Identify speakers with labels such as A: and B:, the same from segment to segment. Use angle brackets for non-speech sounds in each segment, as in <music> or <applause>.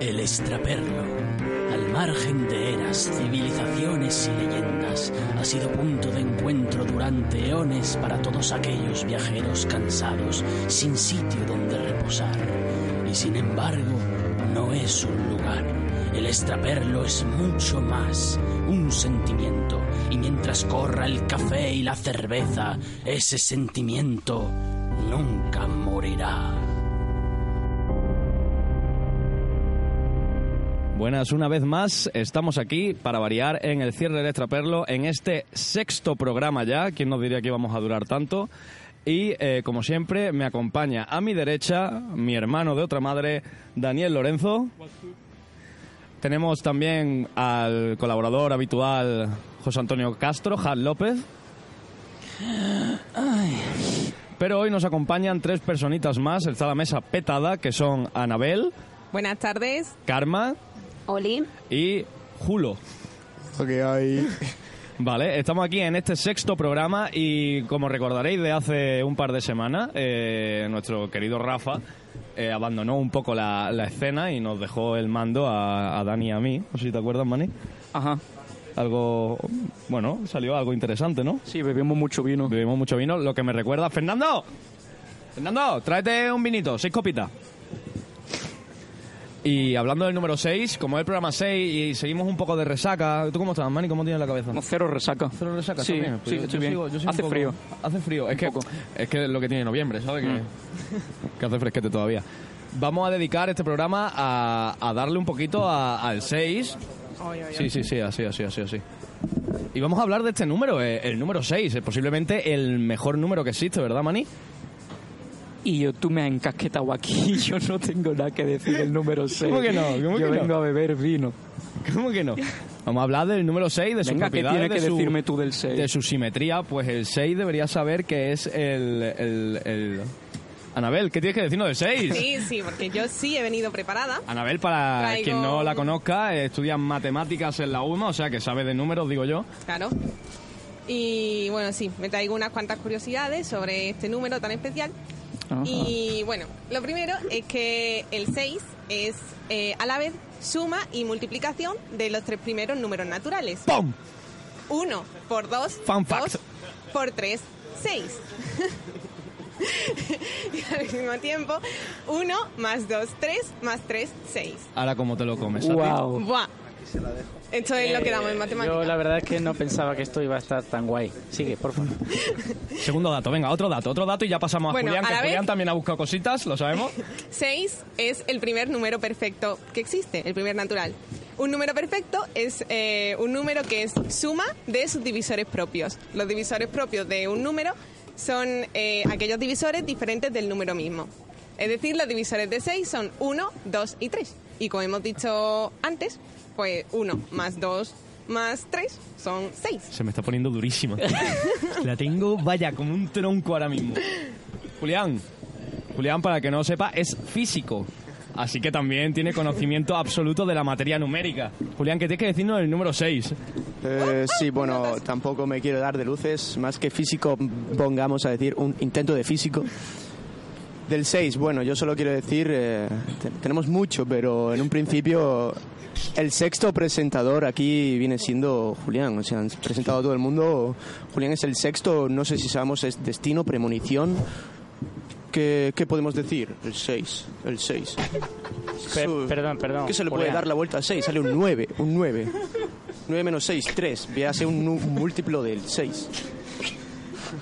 A: El extraperlo, al margen de eras, civilizaciones y leyendas, ha sido punto de encuentro durante eones para todos aquellos viajeros cansados, sin sitio donde reposar. Y sin embargo, no es un lugar. El extraperlo es mucho más, un sentimiento. Y mientras corra el café y la cerveza, ese sentimiento nunca morirá.
B: Buenas, una vez más, estamos aquí para variar en el cierre del extraperlo en este sexto programa ya. ¿Quién nos diría que íbamos a durar tanto? Y eh, como siempre, me acompaña a mi derecha mi hermano de otra madre, Daniel Lorenzo. Tenemos también al colaborador habitual, José Antonio Castro, Jan López. Pero hoy nos acompañan tres personitas más, está la mesa petada, que son Anabel,
C: Buenas tardes.
B: Karma
D: Oli.
B: y Julo.
E: Ok, ahí.
B: Vale, estamos aquí en este sexto programa y como recordaréis de hace un par de semanas, eh, nuestro querido Rafa eh, abandonó un poco la, la escena y nos dejó el mando a, a Dani y a mí. No sé si te acuerdas, Mani.
F: Ajá.
B: Algo, bueno, salió algo interesante, ¿no?
F: Sí, bebimos mucho vino.
B: Bebimos mucho vino, lo que me recuerda... ¡Fernando! ¡Fernando, tráete un vinito, seis copitas! Y hablando del número 6, como es el programa 6 y seguimos un poco de resaca... ¿Tú cómo estás, Mani? ¿Cómo tienes la cabeza?
F: No, Cero resaca.
B: Cero resaca,
F: Sí,
B: ¿estás bien? pues
F: sí,
B: Yo-
F: estoy
B: yo
F: bien.
B: sigo- yo sigo un
F: Hace
B: poco-
F: frío.
B: Hace frío, es que,
F: poco. Mm.
B: es que es lo que tiene noviembre, ¿sabes? Que, que hace fresquete todavía. Vamos a dedicar este programa a, a darle un poquito a- al 6. Sí, sí, sí, así, así, así, así. Y vamos a hablar de este número, eh, el número 6, es posiblemente el mejor número que existe, ¿verdad, Mani?
F: Y yo, tú me has encasquetado
B: <laughs>
F: aquí. Yo no tengo nada que decir el número 6.
B: que no?
F: yo
B: ¿Cómo que no?
F: vengo a beber vino.
B: ¿Cómo que no? Vamos a hablar del número 6, de su
F: Venga, ¿qué
B: propiedades,
F: tienes que
B: de su-
F: decirme tú del
B: de
F: 6?
B: su simetría, pues el 6 debería saber que es el... el, el... Anabel, ¿qué tienes que decirnos del 6?
C: Sí, sí, porque yo sí he venido preparada.
B: Anabel, para
C: Traigo-
B: quien no la conozca, eh, estudia matemáticas en la UMA, o sea que sabe de números, digo yo.
C: Claro. Y bueno, sí, me traigo unas cuantas curiosidades sobre este número tan especial.
F: Ajá.
C: Y bueno, lo primero es que el 6 es eh, a la vez suma y multiplicación de los tres primeros números naturales.
B: ¡Pum!
C: 1 por 2,
B: Fun
C: 2
B: fact.
C: por 3, 6. <laughs> y al mismo tiempo, 1 más 2, 3 más 3, 6.
B: Ahora como te lo comes. ¿sabes?
G: Wow.
C: Buah. Esto es lo que damos en
G: Yo la
C: matemáticas.
G: verdad es que no pensaba que esto iba a estar tan guay. Sigue, por favor.
B: Segundo dato, venga, otro dato, otro dato y ya pasamos a
C: Bueno,
B: Julián, que
C: Anabel-
B: Julián también ha buscado cositas,
C: <laughs>
B: lo sabemos.
C: 6 es el primer número perfecto que existe, el primer natural. Un número perfecto es eh, un número que es suma de sus divisores propios. Los divisores propios de un número son eh, aquellos divisores diferentes del número mismo. Es decir, los divisores de 6 son 1, 2 y 3. Y como hemos dicho antes, pues 1 más 2 más 3 son 6.
B: Se me está
C: <laughs>
B: poniendo durísima. la tengo, vaya, como un tronco ahora mismo. Julián, Julián, para que no lo sepa, es físico. Así que también tiene conocimiento absoluto de la materia numérica. Julián, ¿qué tienes que decirnos el número 6?
E: Eh, sí, bueno, tampoco me quiero dar de luces. Más que físico, pongamos a decir un intento de físico. Del 6, bueno, yo solo quiero decir, eh, te- tenemos mucho, pero en un principio el sexto presentador aquí viene siendo Julián. O sea, han presentado a todo el mundo. Julián es el sexto, no sé si sabemos, es destino, premonición. ¿Qué, qué podemos decir? El 6, el 6.
G: Pe- perdón, perdón.
E: ¿Qué se le puede
G: Julián.
E: dar la vuelta a 6? Sale un 9, un 9. 9 menos 6, 3. Voy a hacer un, nu- un múltiplo del 6.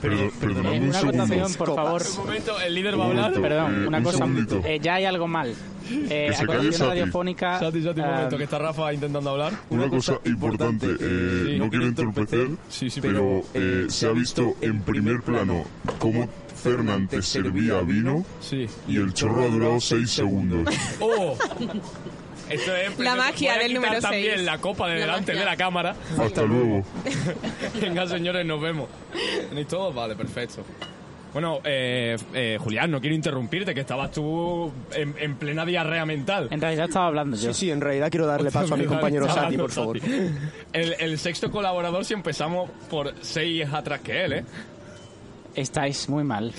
H: Pero, perdonadme un
G: una
H: segundo.
G: acotación, por eh, favor.
E: Copas.
B: momento, el líder
H: va a hablar.
G: Perdón,
H: Eh,
G: una
H: un
G: cosa.
H: segundito.
G: eh, ya hay algo mal. Eh,
H: Que se calle
G: acotación
H: Sati.
G: radiofónica.
B: Sati, Sati, un
G: ah,
B: momento, que está Rafa intentando hablar.
H: Una cosa importante, eh,
B: Sí.
H: no quiero entorpecer,
B: Sí, sí,
H: pero eh, se ha visto en primer plano cómo Fernández servía vino
B: Sí.
H: y el chorro ha durado 6 <laughs> segundos.
B: ¡Oh! Esto es
C: La magia
B: Voy
C: del
B: a quitar
C: número
B: también
C: seis.
B: la copa de
C: La
B: delante
C: magia.
B: de la cámara.
H: Hasta luego.
B: <laughs> Venga, señores, nos vemos. ¿Tenéis todo? Vale, perfecto. Bueno, eh, eh, Julián, no quiero interrumpirte, que estabas tú en, en plena diarrea mental.
G: En realidad estaba hablando yo.
E: Sí, sí, en realidad quiero darle paso a
B: <laughs>
E: mi compañero
B: Estaba
E: Sati,
B: hablando
E: por favor.
B: Sati. El, el sexto colaborador si empezamos por seis atrás que él, ¿eh?
G: Estáis muy mal.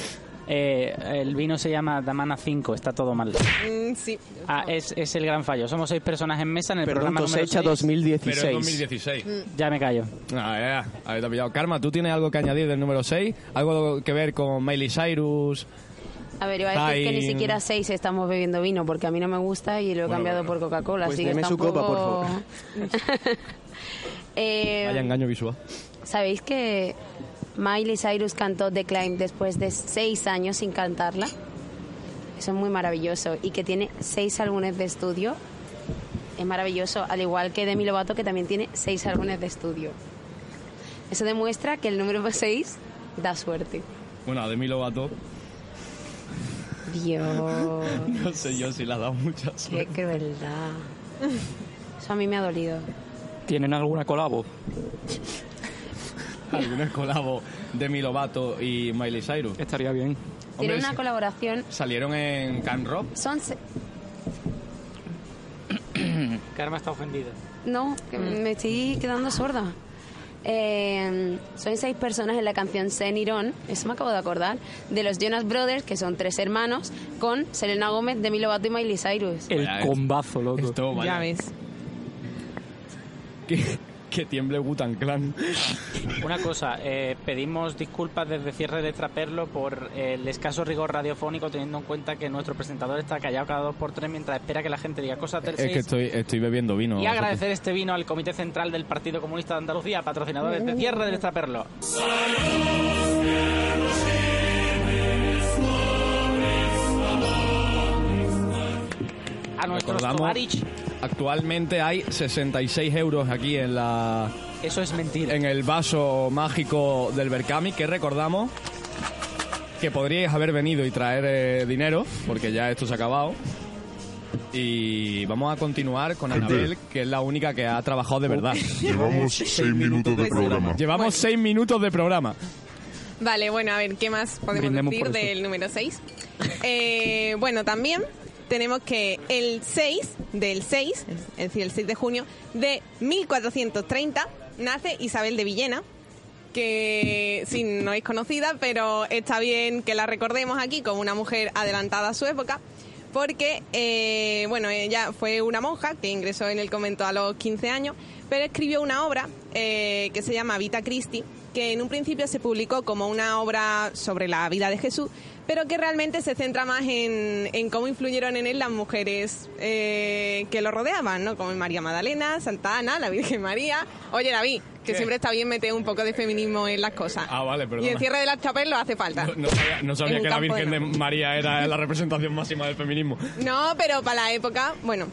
G: Eh, el vino se llama Damana 5, está todo mal.
C: Mm, sí.
G: Ah, es, es el gran fallo. Somos seis personas en mesa en el
E: Pero
G: programa
E: no
G: número
E: cosecha
G: seis.
E: 2016.
D: Pero es 2016.
I: Mm,
G: Ya me callo.
B: Ah, ya, ahí te he pillado. Karma, ¿tú tienes algo que añadir del número 6? ¿Algo que ver con Miley Cyrus?
I: A ver, iba a decir que ni
B: Time.
I: siquiera seis estamos bebiendo vino porque a mí no me gusta y lo he
B: Bueno,
I: cambiado
B: bueno.
I: por Coca-Cola.
E: Pues
I: así que
E: deme su copa, por
I: tampoco-
E: favor. <laughs>
I: Eh,
B: Vaya engaño visual.
I: ¿Sabéis que Miley Cyrus cantó The Climb después de seis años sin cantarla? Eso es muy maravilloso. Y que tiene seis álbumes de estudio. Es maravilloso. Al igual que Demi Lovato, que también tiene seis álbumes de estudio. Eso demuestra que el número <laughs> seis da suerte.
B: Bueno, a Demi Lovato,
I: Dios,
B: no sé yo si le ha dado muchas.
I: qué crueldad. Eso a mí me ha dolido.
F: ¿Tienen alguna colabo?
B: Algunos colabo Demi Lovato y Miley Cyrus.
F: Estaría bien.
I: Tiene
B: Hombre,
I: una
B: sí.
I: colaboración.
B: Salieron en
F: <clears throat>
B: Can Rock.
I: Son. se-
G: Karma está ofendida.
I: No, que me estoy quedando sorda. Eh, son seis personas en la canción Senirón, eso me acabo de acordar, de los Jonas Brothers, que son tres hermanos, con Selena Gómez, Demi Lovato y Miley Cyrus.
F: El
B: Vaya,
F: combazo, loco.
B: Esto, vaya.
C: Ya ves.
B: Que, que tiemble Butan Clan.
G: Una cosa, eh, pedimos disculpas desde cierre de Traperlo por eh, el escaso rigor radiofónico, teniendo en cuenta que nuestro presentador está callado cada dos por tres mientras espera que la gente diga cosas del
B: Es que
G: seis.
B: estoy, estoy bebiendo vino.
G: Y agradecer este vino al Comité Central del Partido Comunista de Andalucía, patrocinadores
C: Uh.
G: de cierre del Traperlo. A nuestros
B: Recordamos-
G: Tovarich,
B: Actualmente hay 66 euros aquí en la
G: eso es mentira.
B: en el vaso mágico del Berkami que recordamos que podríais haber venido y traer eh, dinero porque ya esto se ha acabado. Y vamos a continuar con Anabel, que es la única que ha trabajado de verdad.
H: Llevamos seis minutos de programa.
B: Llevamos seis minutos de programa.
C: Vale, bueno, a ver, ¿qué más podemos
F: Brindemos
C: decir
F: por eso.
C: del número 6? bueno, también tenemos que el 6 del 6, es decir, el 6 de junio de 1430, nace Isabel de Villena, que sí, no es conocida, pero está bien que la recordemos aquí como una mujer adelantada a su época. Porque, eh, bueno, ella fue una monja que ingresó en el convento a los 15 años, pero escribió una obra eh, que se llama Vita Christi, que en un principio se publicó como una obra sobre la vida de Jesús, pero que realmente se centra más en, en cómo influyeron en él las mujeres eh, que lo rodeaban, ¿no? Como María Magdalena, Santa Ana, la Virgen María. Oye, David, que
B: ¿Qué?
C: siempre está bien meter un poco de feminismo en las cosas.
B: Ah, vale, perdona.
C: Y el cierre de las chapel lo hace falta.
B: No, no sabía, no sabía
C: En un
B: que la
C: campo de
B: Virgen de
C: nada.
B: María era la representación máxima del feminismo.
C: No, pero para la época, bueno.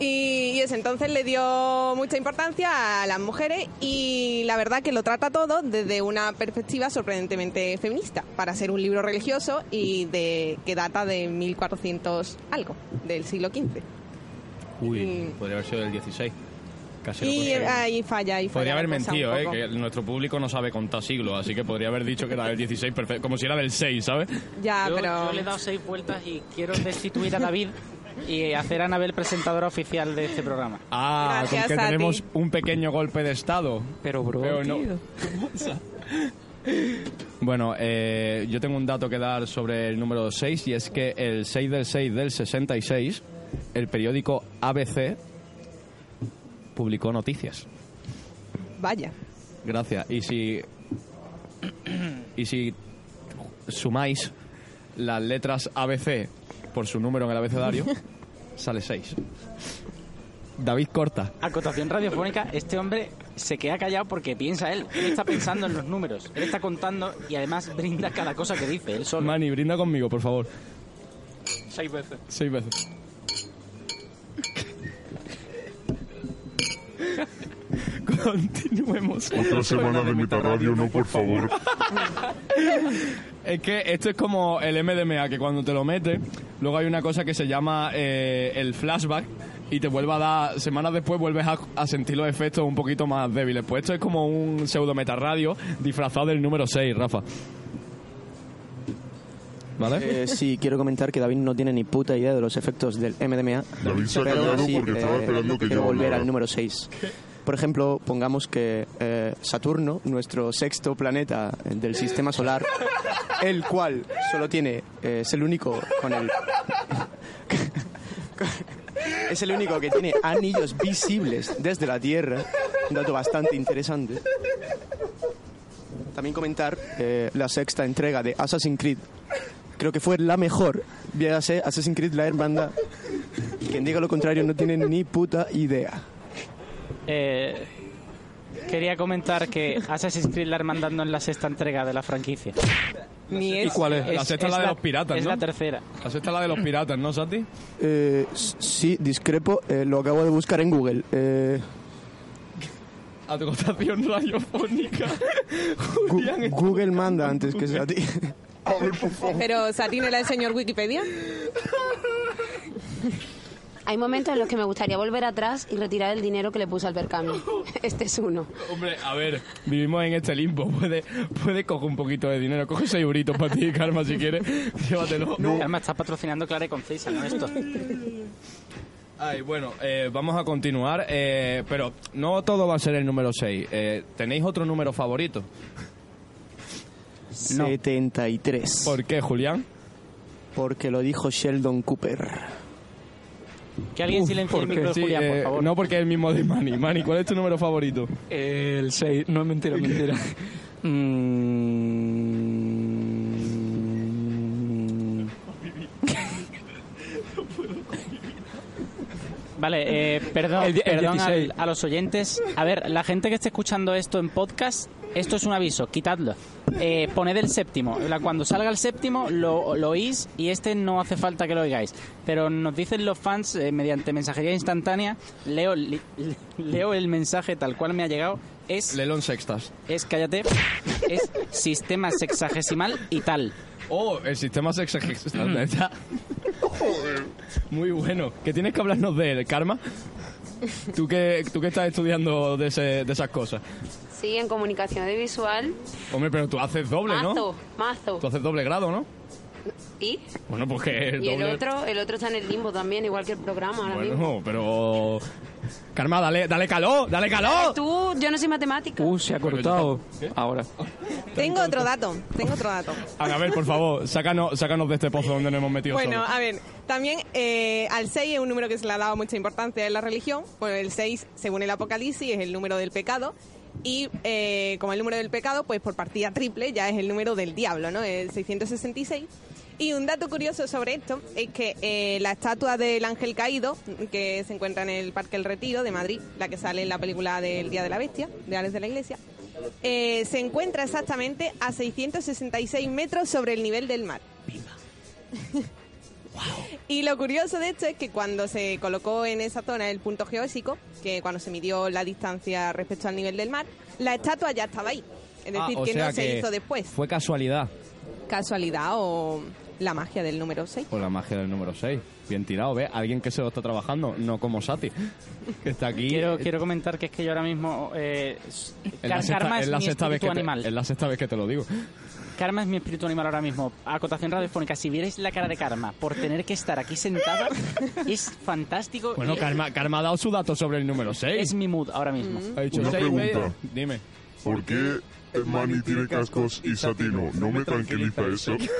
C: Y, y eso, entonces le dio mucha importancia a las mujeres y la verdad que lo trata todo desde una perspectiva sorprendentemente feminista, para ser un libro religioso y de que data de 1400 algo, del siglo XV.
B: Uy,
C: Mm.
B: podría haber sido del 16. Casi lo
C: Y eh,
B: conseguimos.
C: ahí falla, ahí falla.
B: Podría
C: la
B: haber
C: cosa un
B: mentido, ¿eh?
C: poco.
B: Que nuestro público no sabe contar siglos, así que podría haber dicho que era del 16, perfecto, como si era del 6, ¿sabes?
C: Ya,
G: yo,
C: pero...
G: yo le he dado seis vueltas y quiero destituir a David y hacer a Anabel presentadora oficial de este programa.
B: Ah,
C: Gracias
B: con que
C: a
B: tenemos
C: ti.
B: un pequeño golpe de estado.
F: Pero, bro,
B: Pero no.
F: tío.
B: Bueno, eh, yo tengo un dato que dar sobre el número 6 y es que el 6 del 6 del 66, el periódico ABC publicó noticias.
C: Vaya.
B: Gracias. Y si. Y si sumáis las letras ABC por su número en el abecedario, sale 6. David Corta.
G: Acotación radiofónica, este hombre se queda callado porque piensa él. Él está pensando en los números, él está contando y además brinda cada cosa que dice, él solo.
B: Manny, brinda conmigo, por favor.
F: Seis veces.
B: Seis veces. <laughs> Continuemos.
H: Otra semana de Metaradio, no, por favor.
B: Es que esto es como el MDMA, que cuando te lo metes, luego hay una cosa que se llama eh, el flashback y te vuelve a dar, semanas después vuelves a, a sentir los efectos un poquito más débiles. Pues esto es como un pseudo metarradio disfrazado del número 6, Rafa. ¿Vale?
E: Eh, sí, quiero comentar que David no tiene ni puta idea de los efectos del MDMA.
H: David se ha
E: pero
H: callado
E: sí, eh,
H: porque estaba esperando que
E: quiero
H: yo
E: volver
H: hablara.
E: al número 6. por ejemplo, pongamos que eh, Saturno, nuestro sexto planeta eh, del sistema solar, el cual solo tiene, eh, es el único con el... <laughs> es el único que tiene anillos visibles desde la Tierra, un dato bastante interesante. También comentar eh, la sexta entrega de Assassin's Creed. Creo que fue la mejor. Véase Assassin's Creed la hermandad. Quien diga lo contrario no tiene ni puta idea.
G: <laughs> Eh, quería comentar que Assassin's Creed la hermandad no es la sexta entrega de la franquicia.
C: Ni
B: ¿Y
C: es.
B: cuál es? La sexta es la de los piratas,
G: Es
B: ¿no?
G: la tercera.
B: La sexta es la de los piratas, ¿no, Santi?
E: Eh, s- sí, discrepo. eh, lo acabo de buscar en Google.
B: <laughs>
E: Eh,
B: A tu cotación <laughs> radiofónica.
E: Gu- Google manda antes que sea a ti.
C: Pero Satín era el señor Wikipedia.
I: Hay momentos en los que me gustaría volver atrás y retirar el dinero que le puse al Berkami. Este es uno.
B: Hombre, a ver, vivimos en este limbo. Puede, puede coger un poquito de dinero. Coge 6 euritos para Pues ti, Karma, si quieres. <laughs> Llévatelo.
G: Karma está patrocinando Clara y Concisa, ¿no? Esto.
B: Ay, bueno, eh, vamos a continuar. eh, pero no todo va a ser el número 6. ¿Tenéis otro número favorito?
E: <laughs> 73.
B: ¿Por qué, Julián?
E: Porque lo dijo Sheldon Cooper.
G: Que alguien silencie el
B: Porque
G: micro de
B: sí,
G: Julián, por
B: eh,
G: favor.
B: No porque es el mismo de Manny. Manny, ¿cuál es tu número favorito?
F: El 6. No, es
B: <laughs>
F: mentira, es mentira. Mm.
G: Vale, eh, perdón,
F: <laughs> El di- el
G: perdón al-
F: 16.
G: a los oyentes. A ver, la gente que esté escuchando esto en podcast, esto es un aviso, quitadlo. Eh, poned el séptimo. La- Cuando salga el séptimo, lo, lo oís y este no hace falta que lo oigáis. Pero nos dicen los fans, eh, mediante mensajería instantánea, leo, li- le- leo el mensaje tal cual me ha llegado, es,
B: Lelón Sextas.
G: es cállate, es sistema sexagesimal y tal.
B: Oh, el sistema sexagesimal. Está-
F: Mm.
B: <laughs> Muy bueno. ¿Qué tienes que hablarnos de él, Karma? ¿Tú que, tú que estás estudiando de, ese- de esas cosas.
I: Sí, en comunicación audiovisual.
B: Hombre, pero tú haces doble,
I: Mazo,
B: ¿no?
I: mazo.
B: Tú haces doble grado, ¿no?
I: ¿Y?
B: Bueno, pues que el
I: Y el
B: doble...
I: otro, el otro está en el limbo también, igual que el programa ahora mismo.
B: Bueno, pero... Karma, dale, dale calor, dale calor.
I: Ah, Tú, yo no soy matemática.
F: Uh, se ha cortado. Ahora.
C: Tengo otro dato. Tengo otro dato.
B: Ana, a ver, por favor, sácanos, sácanos de este pozo donde nos hemos metido
C: Bueno,
B: solos.
C: a ver, también eh, al 6 es un número que se le ha dado mucha importancia en la religión, pues el 6, según el Apocalipsis, es el número del pecado, y eh, como el número del pecado, pues por partida triple ya es el número del diablo, ¿no? El 666. Y un dato curioso sobre esto es que eh, la estatua del ángel caído, que se encuentra en el Parque El Retiro de Madrid, la que sale en la película del Día de la Bestia, de Alex de la Iglesia, eh, se encuentra exactamente a 666 metros sobre el nivel del mar. <laughs> Y lo curioso de esto es que cuando se colocó en esa zona el punto geósico, que cuando se midió la distancia respecto al nivel del mar, la estatua ya estaba ahí. Es decir,
B: Ah, o
C: que
B: sea
C: no se hizo después.
B: Fue casualidad.
C: ¿Casualidad o la magia del número 6?
B: Por la magia del número 6. Bien tirado, ¿ves? Alguien que se lo está trabajando, no como Sati. Que está aquí.
G: Quiero,
B: eh,
G: quiero comentar que es que yo ahora mismo... Eh,
B: es la
G: Car-
B: sexta-
G: Karma es
B: es la
G: mi
B: sexta vez
G: espíritu
B: que te-
G: animal.
B: es la sexta vez que te lo digo.
G: Karma es mi espíritu animal ahora mismo. Acotación radiofónica, si vierais la cara de Karma por tener que estar
C: <laughs>
G: aquí sentada, es fantástico. Eh,
B: Bueno,
G: y
B: Karma, Karma ha dado su dato sobre el número 6.
G: es mi mood ahora mismo.
B: Ha dicho
H: Una
B: seis,
H: pregunta.
B: medio. Dime.
H: ¿Por qué Manny tiene cascos y Satino? No me tranquiliza eso.
B: Dice,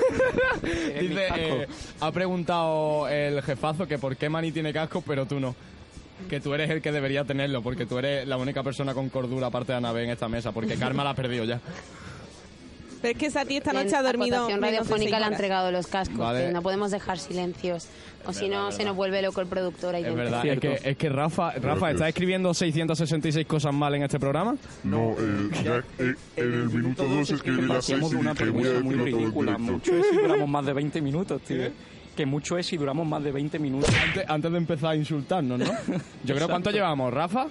B: eh, ha preguntado el jefazo que por qué Manny tiene casco, pero tú no. Que tú eres el que debería tenerlo, porque tú eres la única persona con cordura aparte de Anabel en esta mesa, porque Karma la ha perdido ya.
C: Pero es que Sati esta noche
I: En
C: ha dormido.
I: acotación
C: menos de
I: radiofónica
C: seis
I: le ha
C: horas.
I: entregado los cascos.
B: Vale.
I: que no podemos dejar silencios. O si
B: verdad,
I: no,
B: es
I: se nos
B: verdad.
I: vuelve loco el productor. ahí
B: Es
I: dentro.
B: verdad, es
F: Cierto.
B: que, es que Rafa, Rafa
H: que
B: está
H: es-
B: escribiendo 666 cosas mal en este programa.
H: No, eh, ya eh, en el minuto 2 escribí las 6
F: Hacíamos
H: y
F: una
H: dije, voy a
F: pregunta muy
H: decirlo todo en
F: ridícula.
H: directo.
F: Mucho es si duramos más de 20 minutos,
H: ¿Eh?
F: tío. Que mucho es si duramos más de 20 minutos.
B: Antes, antes de empezar a
F: <laughs>
B: insultarnos, ¿no? Yo creo cuánto llevamos, Rafa.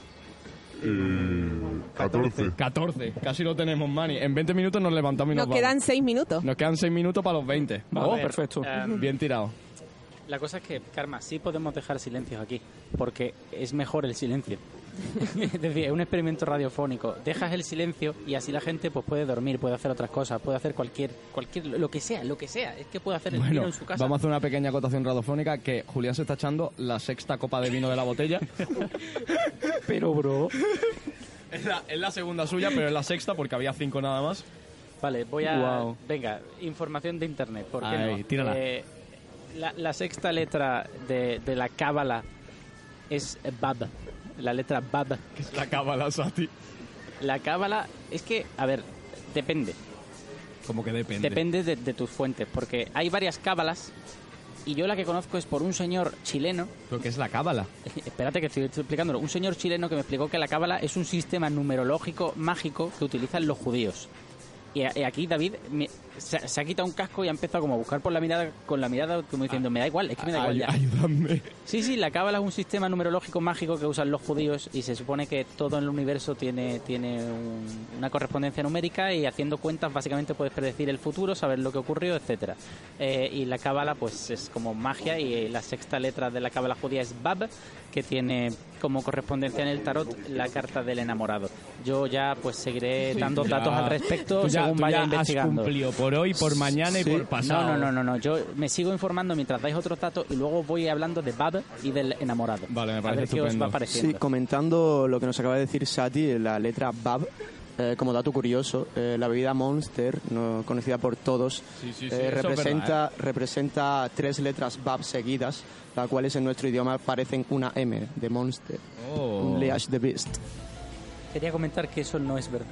H: Eh, 14.
B: 14, casi lo tenemos, Manny. En 20 minutos nos levantamos y nos,
C: Nos quedan
B: vamos.
C: 6 minutos.
B: Nos quedan 6 minutos para los 20.
F: Vale,
B: Oh,
F: perfecto.
G: eh,
B: Bien tirado.
G: La cosa es que, Karma, sí podemos dejar silencios aquí, porque es mejor el silencio. <laughs> es decir, es un experimento radiofónico. Dejas el silencio y así la gente pues puede dormir, puede hacer otras cosas, puede hacer cualquier, cualquier, lo que sea, lo que sea. Es que puede hacer el vino
B: Bueno,
G: en su casa.
B: vamos a hacer una pequeña acotación radiofónica que Julián se está echando la sexta copa de vino de la botella.
F: <laughs> Pero, bro,
B: <laughs> Es la, es la segunda suya, pero es la sexta porque había cinco nada más.
G: Vale, voy a.
B: Guau.
G: Venga, información de internet. ¿por qué
B: Ay,
G: no?
B: tírala.
G: Eh, la, la sexta letra de, de la cábala es Bab. La letra Bab.
B: Que es la cábala, Sati.
G: La cábala es que, a ver, depende.
B: Como que depende.
G: Depende de, de tus fuentes, porque hay varias cábalas. Y yo la que conozco es por un señor chileno.
B: Pero que es la cábala.
G: <laughs> Espérate que estoy, estoy explicándolo. Un señor chileno que me explicó que la cábala es un sistema numerológico mágico que utilizan los judíos. Y, a- y aquí David me- se, se ha quitado un casco y ha empezado como a buscar por la mirada, con la mirada como diciendo, me da igual, es que me da igual
B: Ah, Ay-
G: ya.
B: ayúdame.
G: Sí, sí, la cábala es un sistema numerológico mágico que usan los judíos y se supone que todo en el universo tiene, tiene un- una correspondencia numérica y haciendo cuentas básicamente puedes predecir el futuro, saber lo que ocurrió, etcétera. Eh, y la cábala pues es como magia y eh, la sexta letra de la cábala judía es Bab, que tiene como correspondencia en el tarot la carta del enamorado. Yo ya pues seguiré dando datos al respecto
B: Tú ya,
G: según
B: tú
G: vaya
B: ya
G: investigando.
B: has cumplido por hoy, por mañana y por pasado.
G: No, no, no, no, no. Yo me sigo informando mientras dais otros datos y luego voy hablando de Bab y del enamorado.
B: Vale, me parece
G: A ver qué os
B: estupendo.
G: va pareciendo.
E: Sí, comentando lo que nos acaba de decir Sati, la letra BAB, eh, como dato curioso, eh, la bebida Monster, no, conocida por todos,
B: Sí, sí, sí,
E: eh,
B: eso es ¿eh?
E: representa, representa tres letras BAB seguidas, las cuales en nuestro idioma parecen una M de Monster.
B: Oh.
E: Un Leash the Beast.
G: Quería comentar que eso no es verdad.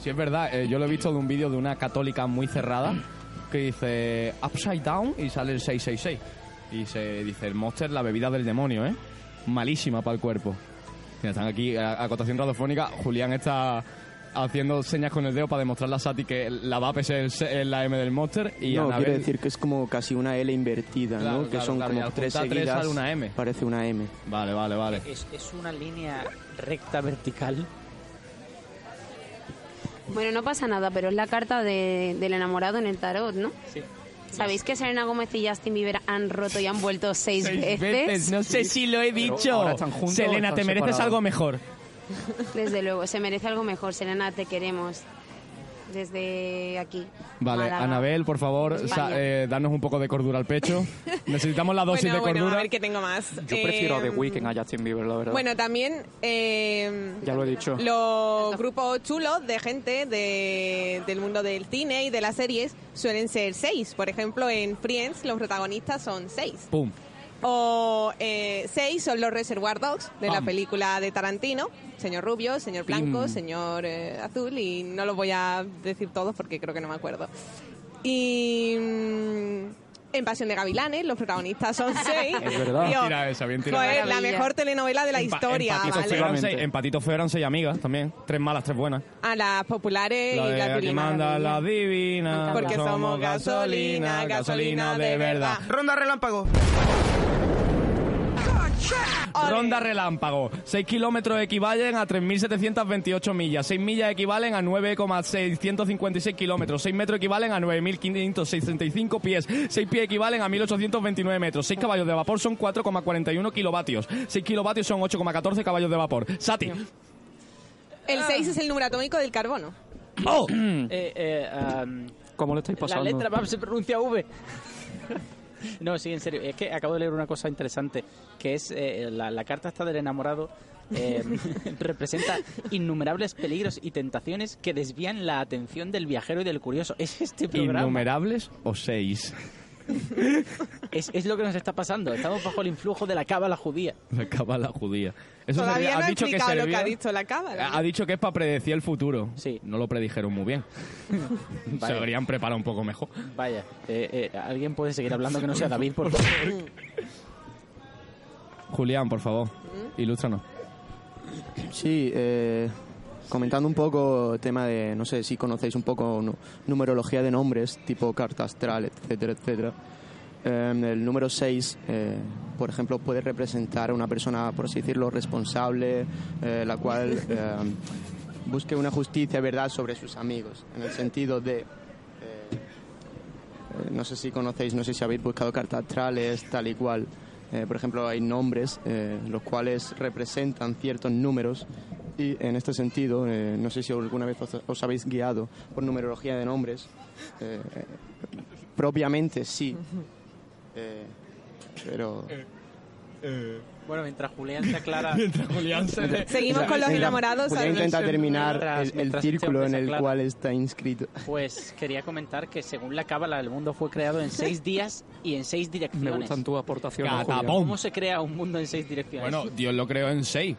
B: Sí, es verdad. eh, yo lo he visto de un vídeo de una católica muy cerrada que dice Upside Down y sale el 666. Y se dice el Monster, la bebida del demonio, ¿eh? Malísima para el cuerpo. Mira, están aquí, a- acotación radiofónica. Julián está haciendo señas con el dedo para demostrarle a Sati que la VAP es, el se- es la M del Monster. Y
E: no,
B: Anabel-
E: quiero decir que es como casi una L invertida,
B: Claro,
E: ¿no? que
B: claro,
E: son
B: claro, y al
E: como tres
B: juntar tres
E: seguidas.
B: sale una M.
E: Parece una M.
B: Vale, vale, vale.
G: Es, es una línea recta vertical.
I: Bueno, no pasa nada, pero es la carta de- del enamorado en el tarot, ¿no?
G: Sí.
I: ¿Sabéis que Selena Gómez y Justin Bieber han roto y han vuelto seis, veces?
B: No sé si lo he dicho.
F: ahora están juntos,
B: Selena,
F: están
B: te mereces
F: separados.
B: algo mejor.
I: Desde luego, se merece algo mejor. Selena, te queremos. Desde aquí.
B: Vale,
I: Málaga.
B: Anabel, por favor,
C: Pues
I: España.
B: sa- eh, danos un poco de cordura al
C: <laughs>
B: pecho. Necesitamos la dosis
C: bueno,
B: de
C: bueno, a
B: cordura.
C: ver qué tengo más.
F: Yo prefiero a The
C: Em,
F: Weeknd a Justin Bieber, la verdad.
C: Bueno, también eh,
F: ya lo he dicho.
C: los grupos chulos de gente de- del mundo del cine y de las series suelen ser seis. Por ejemplo, en Friends los protagonistas son seis.
B: Pum.
C: O eh, seis son los Reservoir Dogs de la
B: Pam.
C: película de Tarantino. Señor Rubio, señor Blanco,
F: Pim.
C: señor eh, Azul y no los voy a decir todos porque creo que no me acuerdo. Y mm, en Pasión de Gavilanes los protagonistas
B: <laughs>
C: son seis.
F: Es verdad.
C: Tío,
B: Tira esa, bien tirada.
C: joder, la
I: Maravilla.
C: mejor telenovela de la
B: En pa-
C: historia.
B: En Patito,
C: ¿vale?
B: Feo eran
F: Efectivamente.
B: seis, en Patito Feo eran seis amigas también. Tres malas, tres buenas.
C: A las populares
B: la
C: y
B: de
C: las
B: aquí
C: divinas.
B: manda la
I: Me
B: divina.
I: encanta.
C: Porque somos gasolina, gasolina de verdad.
B: <laughs> Ronda relámpago. Ronda relámpago. 6 kilómetros equivalen a 3.728 millas. 6 millas equivalen a 9,656 kilómetros. 6 metros equivalen a 9.565 pies. 6 pies equivalen a 1.829 metros. 6 caballos de vapor son 4,41 kilovatios. 6 kilovatios son 8,14 caballos de vapor. Sati.
G: Ah.
C: El 6 es el número atómico del carbono. <clears throat>
B: ¡Oh!
G: Eh, eh, am,
F: ¿Cómo lo estáis
G: la
F: pasando?
G: letra Bab se pronuncia V. <laughs> no, sí, en serio. Es que acabo de leer una cosa interesante, que es eh, la, la carta está del enamorado. eh, <laughs> representa innumerables peligros y tentaciones que desvían la atención del viajero y del curioso. Es este programa.
B: ¿Innumerables o <laughs> 6?
G: Es, es lo que nos está pasando. Estamos bajo el influjo de la cábala judía.
B: La cábala judía. Eso
C: Todavía
B: servía-
C: no
B: ha
C: he
B: dicho que
C: explicado lo que
B: servía-
C: ha dicho la cábala.
B: Ha dicho que es para predecir el futuro.
G: Sí.
B: No lo predijeron muy bien. Se
G: Vaya.
B: habrían preparado un poco mejor.
G: <laughs> Vaya, eh, eh, alguien puede seguir hablando que no sea
C: <laughs>
G: David, por
B: Julián, por favor, ilústranos.
E: Sí, eh, comentando un poco tema de, no sé si conocéis un poco nu- numerología de nombres, tipo carta astral, etcétera, etcétera. Em, el número 6, por ejemplo, puede representar a una persona, por así decirlo, responsable, eh, la cual em, busque una justicia, verdad, sobre sus amigos, en el sentido de... eh, eh, no sé si conocéis, no sé si habéis buscado cartas astrales, tal y cual. Eh, por ejemplo, hay nombres eh, los cuales representan ciertos números y en este sentido, eh, no sé si alguna vez os, os habéis guiado por numerología de nombres. Eh, eh, propiamente sí, Eh, pero
G: Bueno, mientras Julián se aclara.
B: <laughs> Mientras Julián se le-
C: Seguimos con los
E: Mira,
C: enamorados.
E: voy a
C: ¿sabes?
E: intentar terminar
G: Mientras-
E: el- el,
G: mientras
E: círculo en
G: se
E: el
G: aclara.
E: cual está inscrito.
G: Pues quería comentar que según la cábala el mundo fue creado en seis días y en seis
F: Me
G: direcciones.
F: gustan tus aportaciones.
B: Catapum.
F: Julián.
G: ¿Cómo se crea un mundo en seis direcciones?
B: Bueno, Dios lo creó en seis.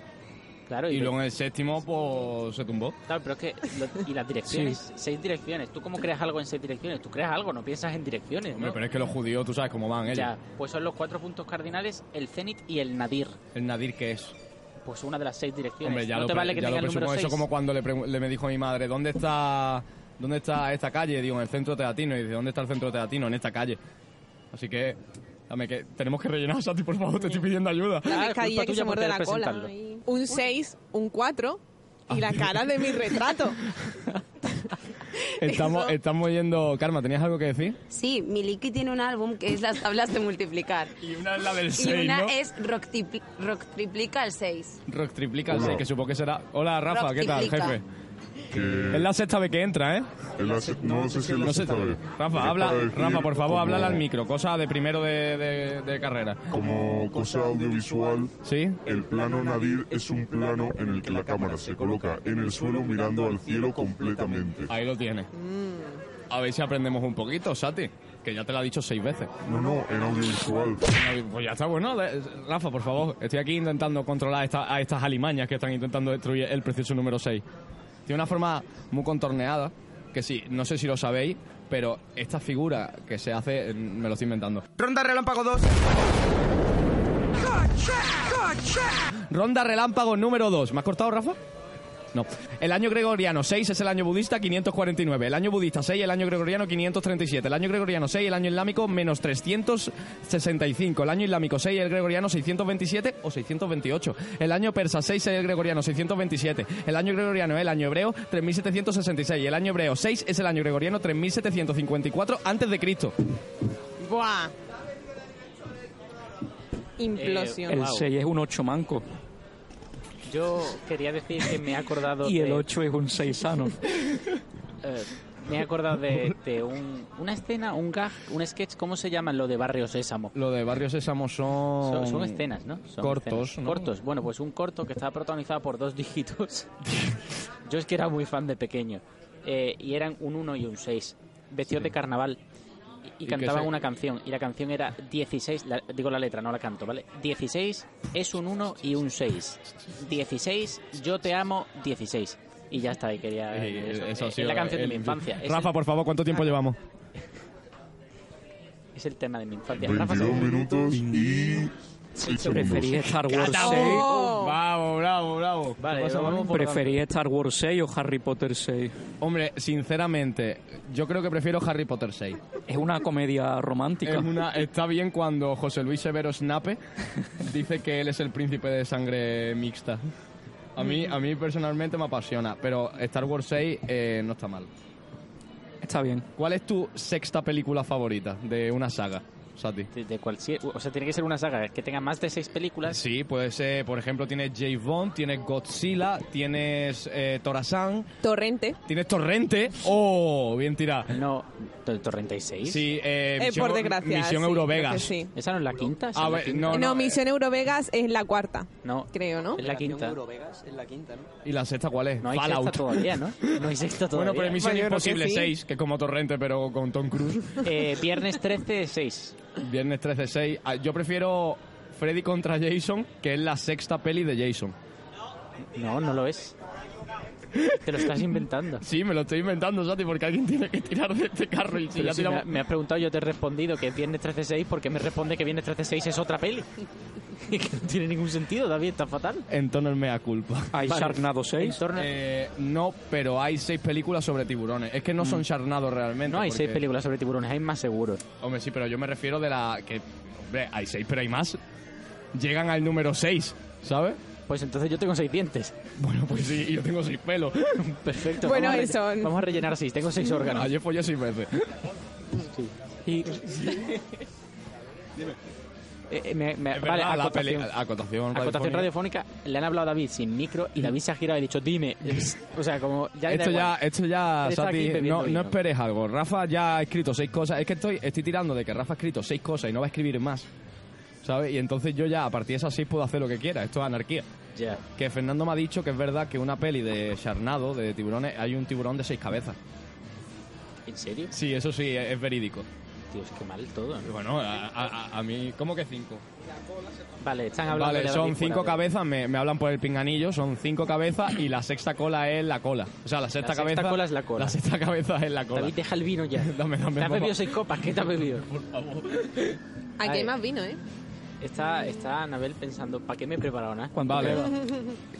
G: claro,
B: Y
G: y,
B: luego en el séptimo, pues se tumbó.
G: claro, pero es que lo- y las direcciones, seis direcciones. ¿Tú cómo creas algo en seis direcciones? Tú creas algo, no piensas en direcciones,
B: Hombre,
G: ¿no?
B: pero es que los judíos, tú sabes cómo van ellos.
G: Ya, pues son los cuatro puntos cardinales, el cenit y el nadir.
B: El Nadir, ¿qué es?
G: Pues una de las seis direcciones.
B: Hombre, ya
G: no
B: lo,
G: te
B: pre-
G: vale que
B: ya lo
G: tenga el
B: presumo.
G: número
B: Eso
G: seis.
B: como cuando le, pregun- le me dijo mi madre, ¿dónde está dónde está esta calle? Digo, en el centro teatino. Y dice, ¿dónde está el centro teatino? En esta calle. Así que, dame que tenemos que rellenar, Santi, por favor, te estoy pidiendo ayuda.
C: La
G: Ah, es
C: pescadilla
G: culpa
C: que
G: tuya
C: se
G: por
C: muerde la
G: querer
C: cola.
G: presentarlo. Ah.
C: Un 6, un 4 y la cara de mi
G: <laughs>
C: retrato.
B: Estamos,
C: Eso.
B: estamos yendo... Karma, ¿tenías algo que decir?
I: Sí, Miliki tiene un álbum que es Las tablas de multiplicar.
B: Y una es la del
I: Y una es rock, tipli- rock triplica al 6.
B: Rock triplica el
H: Hola.
B: 6, que supongo que será... Hola, Rafa,
I: Rock
B: ¿qué tal,
I: triplica.
B: jefe?
H: Que
B: Es la sexta vez que entra, ¿eh?
H: el ace- no sé si el
B: No sé,
H: acepta bien. Porque
B: Rafa, habla,
H: acaba de decir
B: Rafa, por favor,
H: como-
B: háblale al micro, cosa de primero de, de- de carrera.
H: Como cosa audiovisual,
B: ¿Sí?
H: el plano nadir es un plano en el que la cámara se coloca en el suelo mirando al cielo completamente.
B: Ahí lo tiene. A ver si aprendemos un poquito, Sati, que ya te lo ha dicho seis veces.
H: No, no, en audiovisual.
B: Pues ya está bueno. le- Rafa, por favor, estoy aquí intentando controlar esta- a estas alimañas que están intentando destruir el precioso número 6. Tiene una forma muy contorneada, que sí, no sé si lo sabéis, pero esta figura que se hace, eh, me lo estoy inventando.
D: Ronda Relámpago 2.
B: Ronda relámpago número 2. ¿Me has cortado, Rafa? No. El año gregoriano 6 es el año budista 549. El año budista 6, el año gregoriano 537. El año gregoriano 6, el año islámico menos 365. El año islámico 6, el gregoriano 627 o 628. El año persa 6, el gregoriano 627. El año gregoriano, el año hebreo 3766. El año hebreo 6 es el año gregoriano 3754 antes de Cristo.
C: Buah.
G: Eh,
C: Implosión.
F: El
G: Wow.
F: 6 es un 8 manco
G: Yo quería decir que me he acordado
F: <laughs> y el
G: de-
F: 8 es un 6 sano.
G: Eh, me he acordado de, de un- una escena, un gag, un sketch, ¿cómo se llama lo de Barrio Sésamo?
B: Lo de Barrio Sésamo son...
G: Son, son escenas, ¿no? Son
B: cortos,
G: escenas.
B: ¿no?
G: Cortos. Bueno, pues un corto que estaba protagonizado por dos
B: <laughs>
G: dígitos. Yo es que era muy fan de pequeño. Eh, y eran un 1 y un 6. Vestidos de carnaval. Y, y
B: ¿Y qué
G: cantaban
B: se-
G: una canción. Y la canción era 16. la- digo la letra, no la canto, ¿vale? 16 es un 1 y un 6. 16, yo te amo, 16. Y ya está, y quería.
B: Eh,
G: eso.
B: eso ha
G: Eh, es
B: sido
G: la canción de
B: el-
G: mi infancia. Es
B: Rafa,
G: el-
B: por favor, ¿cuánto tiempo llevamos?
G: Es el tema de mi infancia. Rafa,
H: 22 minutos y 6
F: Preferí
H: segundos.
F: Star Wars
C: Oh.
B: Bravo, bravo, bravo.
G: Vale,
B: ¿Qué pasa,
G: vamos
B: Manu?
F: 6. Preferí Star Wars 6 o Harry Potter 6.
B: Hombre, sinceramente, yo creo que prefiero Harry Potter 6.
F: Es una comedia
B: Es
F: romántica.
B: una, está bien cuando José Luis
F: <laughs>
B: Severo Snape dice que él es el príncipe de sangre mixta. A mí, a mí personalmente me apasiona, pero Star Wars 6 eh, no está mal.
F: Está bien.
B: ¿Cuál es tu sexta película favorita de una saga, Sati?
G: de, de cualquier. O sea, tiene que ser una saga que tenga más de seis películas.
B: Sí, puede ser, por ejemplo, tienes James Bond, tienes Godzilla, tienes eh, Torasan,
C: Torrente.
B: tienes Torrente. ¡Oh! Bien tirada.
G: No, del Torrente 6.
B: Sí, eh,
C: Eh, por desgracia.
B: Misión
C: sí, creo que
B: Eurovegas.
C: sí.
G: ¿Esa no es la quinta? ¿Esa
B: A
G: es la
B: ver,
G: quinta?
B: Ah, No,
C: No,
B: no, eh.
C: Misión Eurovegas es la cuarta,
G: No,
C: creo, ¿no?
G: es la quinta.
E: Eurovegas es la quinta, ¿no?
B: ¿Y la sexta cuál es?
G: No hay
B: Fallout.
G: sexta todavía,
B: <laughs>
G: ¿no? No hay sexta todavía.
B: Bueno, pero Misión
C: Bueno, yo creo que
B: Imposible
C: sí.
B: 6, que es como Torrente, pero con Tom Cruise.
G: <laughs> Eh, viernes 13, 6.
B: Viernes 13, 6. Ah, Yo prefiero Freddy contra Jason, que es la sexta peli de Jason.
G: No, no lo es. Te lo estás inventando.
B: Sí, me lo estoy inventando, Sati, porque alguien tiene que tirar de este carro. Y si
G: Pero
B: ya
G: si me,
B: tiramos-
G: ha- me has preguntado, yo te he respondido que es viernes 13, 6, porque me responde que viernes 13, 6 es otra peli. <laughs> que no tiene ningún sentido, David, está fatal.
B: En tono el mea culpa.
F: Hay
G: Vale.
F: Sharknado
G: En
F: 6.
G: torno-
B: Eh, no, pero hay seis películas sobre tiburones. Es que no son charnados realmente.
G: Mm. no hay seis
B: porque-
G: películas sobre tiburones, hay más seguros.
B: Hombre, sí, pero yo me refiero de la que... Hombre, hay seis, pero hay más. Llegan al número 6, ¿sabes?
G: Pues entonces yo tengo seis dientes.
B: Bueno, pues sí, y yo tengo seis pelos.
G: <laughs> Perfecto.
C: Bueno,
G: vamos a relle-
C: eso.
G: Vamos a rellenar seis. Tengo seis órganos.
B: Ayer follé seis veces.
F: Y
G: Eh, eh, me- me-
B: Es
G: vale,
B: verdad, la peli-
G: acotación.
B: acotación,
G: Acotación
B: radiofónica.
G: radiofónica. Le han hablado a David sin micro y David se ha girado y ha dicho, dime. <laughs> O sea, como ya le da
B: Esto ya,
G: igual.
B: esto ya,
G: Está aquí
B: Santi,
G: bebiendo
B: no, no
G: vino.
B: esperes algo. Rafa ya ha escrito seis cosas. Es que estoy, estoy tirando de que Rafa ha escrito seis cosas y no va a escribir más. ¿sabes? Y entonces yo ya a partir de esas seis puedo hacer lo que quiera. Esto es anarquía.
G: Ya.
B: Que Fernando me ha dicho que es verdad que una peli de Charnado, de tiburones, hay un tiburón de seis cabezas.
G: ¿En serio?
B: Sí, eso sí, es, es verídico.
G: Tío, es que mal todo.
B: Y Bueno, a, a- a- a mí, ¿cómo que cinco?
G: Vale, están hablando de
B: Vale,
G: la
B: son
G: película,
B: cinco
G: pero-
B: cabezas, me, me hablan por el pinganillo, son cinco cabezas y la sexta cola es la cola. O sea, la sexta
G: sexta
B: cabeza.
G: cola es la cola.
B: La sexta cabeza es la cola.
G: David, deja el vino ya.
B: <laughs> Dame, dame,
G: te has
B: vamos.
G: bebido seis copas, ¿qué te has
B: <laughs>
G: bebido?
C: Aquí
G: Ay.
C: hay más vino, ¿eh?
G: Está, está Anabel pensando, ¿para qué me he preparado nada?
F: ¿Cuánto
B: Vale. <laughs>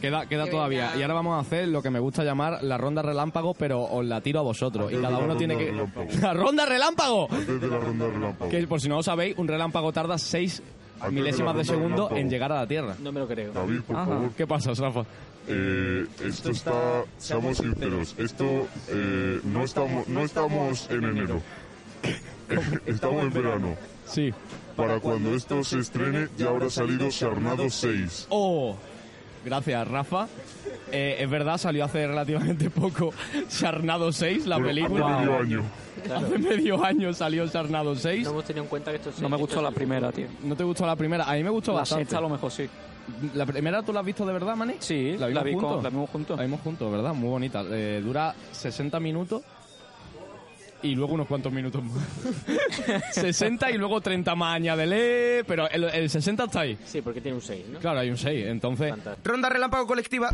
F: queda?
B: Queda, queda
C: Que
B: todavía.
C: venga.
B: Y ahora vamos a hacer lo que me gusta llamar la ronda relámpago, pero os la tiro a vosotros. Y
H: Antes de
B: cada
H: la
B: uno
H: ronda
B: tiene que.
H: relámpago.
B: <laughs> ¡La ronda relámpago!
H: Antes de la ronda relámpago.
B: Que por si no lo sabéis, un relámpago tarda seis
H: Antes de
B: milésimas
H: la
B: de
H: ronda
B: segundo en
H: relámpago.
B: llegar a la Tierra.
G: No me lo creo.
H: David, por
B: Ajá.
H: favor.
B: ¿Qué pasa, Rafa?
H: Eh, esto está, seamos sinceros, esto eh, no, estamos, no estamos en enero. <laughs> Estamos en verano.
B: Sí.
H: Para cuando esto se estrene ya habrá salido Sarnado 6.
B: ¡Oh! Gracias, Rafa. Eh, es verdad, salió hace relativamente poco Sarnado 6, la
H: Bueno,
B: película.
H: hace medio año.
B: Hace medio año salió Sarnado 6.
G: No hemos tenido en cuenta que esto es-
F: No me gustó
G: esto
F: la
G: es-
F: primera, tío.
B: ¿No te gustó la primera? A mí me gustó
F: La
B: bastante.
F: sexta a lo mejor sí.
B: ¿La primera tú la has visto de verdad, Mani?
F: Sí,
B: la
F: la,
B: vimos
F: vi con-
B: juntos.
F: la vimos juntos.
B: La vimos juntos, ¿verdad? Muy bonita. Eh, dura 60 minutos y luego unos cuantos
F: <laughs>
B: minutos más. 60 y luego 30 más, añádele. Pero el, el 60 está ahí.
G: Sí, porque tiene un 6, ¿no?
B: Claro, hay un 6, entonces...
G: Fantástico.
D: Ronda relámpago colectiva.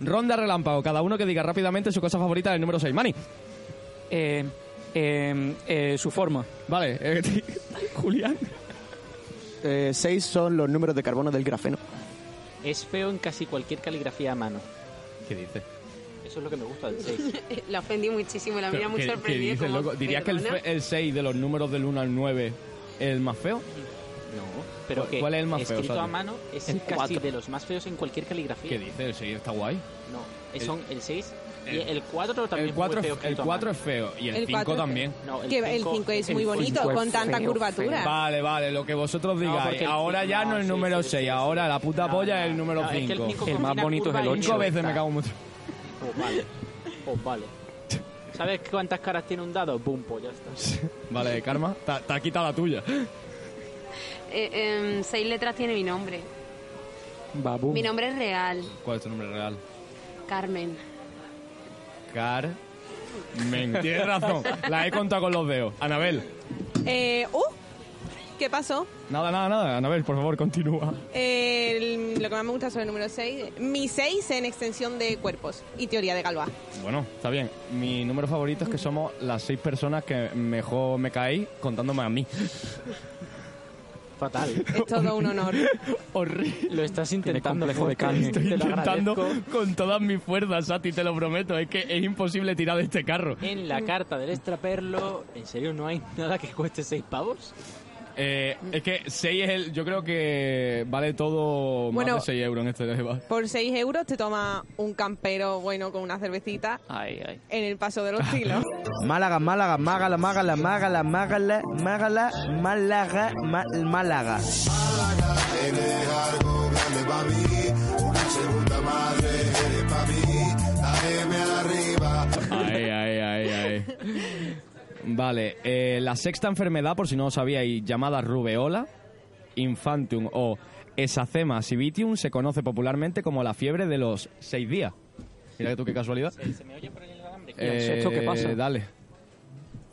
B: Ronda relámpago, cada uno que diga rápidamente su cosa favorita del número 6. Mani.
F: Eh, eh, eh, su forma.
B: Vale, eh, <laughs> Julián.
E: Eh, seis son los números de carbono del grafeno.
G: Es feo en casi cualquier caligrafía a mano.
B: ¿Qué dices?
G: Eso es lo que me gusta del
B: <laughs>
G: 6.
I: <laughs> La ofendí muchísimo, la mira muy
B: ¿Qué, qué
I: sorprendida.
B: dices,
I: como,
B: loco? ¿Dirías que el,
I: "¿Perdona?".
B: fe- el 6 de los números del 1 al 9 es el más feo?
G: No, pero
B: ¿Cuál-
G: que
B: cuál es el más feo,
G: escrito a
B: Santi?
G: mano es
F: El
G: casi
F: cuatro.
G: de los más feos en cualquier caligrafía.
B: ¿Qué dices? El 6 está guay.
G: No, es-
B: El-
G: son el 6 y
B: el-
G: el 4 también
B: el 4
G: es muy feo
B: es, el
G: escrito a
B: cuatro es
G: mano.
B: feo y el
C: El
B: 5
C: cuatro es
B: también.
G: No,
C: que el
G: cinco-
C: 5 es
G: el
C: muy
G: cinco
C: bonito,
F: es
C: con tanta
F: feo,
C: curvatura.
F: feo.
B: Vale, vale, lo que vosotros digáis.
G: porque el
B: ahora
G: cinco-
B: ya no
G: no,
B: el
G: sí,
B: número
G: sí,
B: 6,
G: sí, sí.
B: ahora la puta
G: No,
B: polla
G: no,
B: es el número
G: no,
B: 5.
G: es que el cinco
F: El más
G: combina
F: bonito es el
G: curva y
F: ocho.
B: Cinco
G: recta.
B: veces me cago mucho.
G: Oh,
C: <laughs>
G: vale. Oh, vale. ¿Sabes cuántas caras tiene un dado? Boom, pues ya está. <laughs>
B: Vale, Karma, te te ha quitado la tuya.
I: Eh, em, seis letras tiene mi nombre.
F: Babu.
I: Mi nombre es real,
B: ¿Cuál es tu nombre real?
I: Carmen.
B: Car. Men, tienes razón, la he contado con los dedos. Anabel,
C: Eh, ¡Uh! ¿Qué pasó?
B: nada, nada, nada. Anabel, por favor, continúa.
C: Eh, el- lo que más me gusta sobre el número 6, mi 6 en extensión de cuerpos y teoría de Galois.
B: Bueno, está bien. Mi número favorito es que somos las seis personas que mejor me caí contándome a mí.
G: Fatal.
C: Es todo un honor.
B: <laughs> Horrible.
G: Lo estás intentando,
F: complejo de carne.
G: Te
B: Estoy
G: lo
B: intentando
G: agradezco.
B: con todas mis fuerzas, Sati, te lo prometo. Es que es imposible tirar de este carro.
G: En la carta del extraperlo, ¿en serio no hay nada <laughs> que cueste 6 pavos?
B: Eh, es que 6 es el. Yo creo que vale todo más
C: Bueno.
B: de 6 euros en este debate.
C: Por 6 euros te toma un campero bueno con una cervecita
F: Ay, ay.
C: en el paso de
G: <laughs>
C: los siglos.
D: Málaga, Málaga, Mágala, Mágala, Mágala, Mágala, Mágala, Málaga, Ma- Málaga.
B: Ay, ay, ay, ay. Vale, eh, la sexta enfermedad, por si no lo sabíais, llamada rubeola, infantum o esacema civitium, se conoce popularmente como la fiebre de los 6 días. Mira que tú qué casualidad. Eh,
G: ¿Se me oye por el alambre?
F: el sexto
E: Eh,
F: qué pasa?
B: Dale.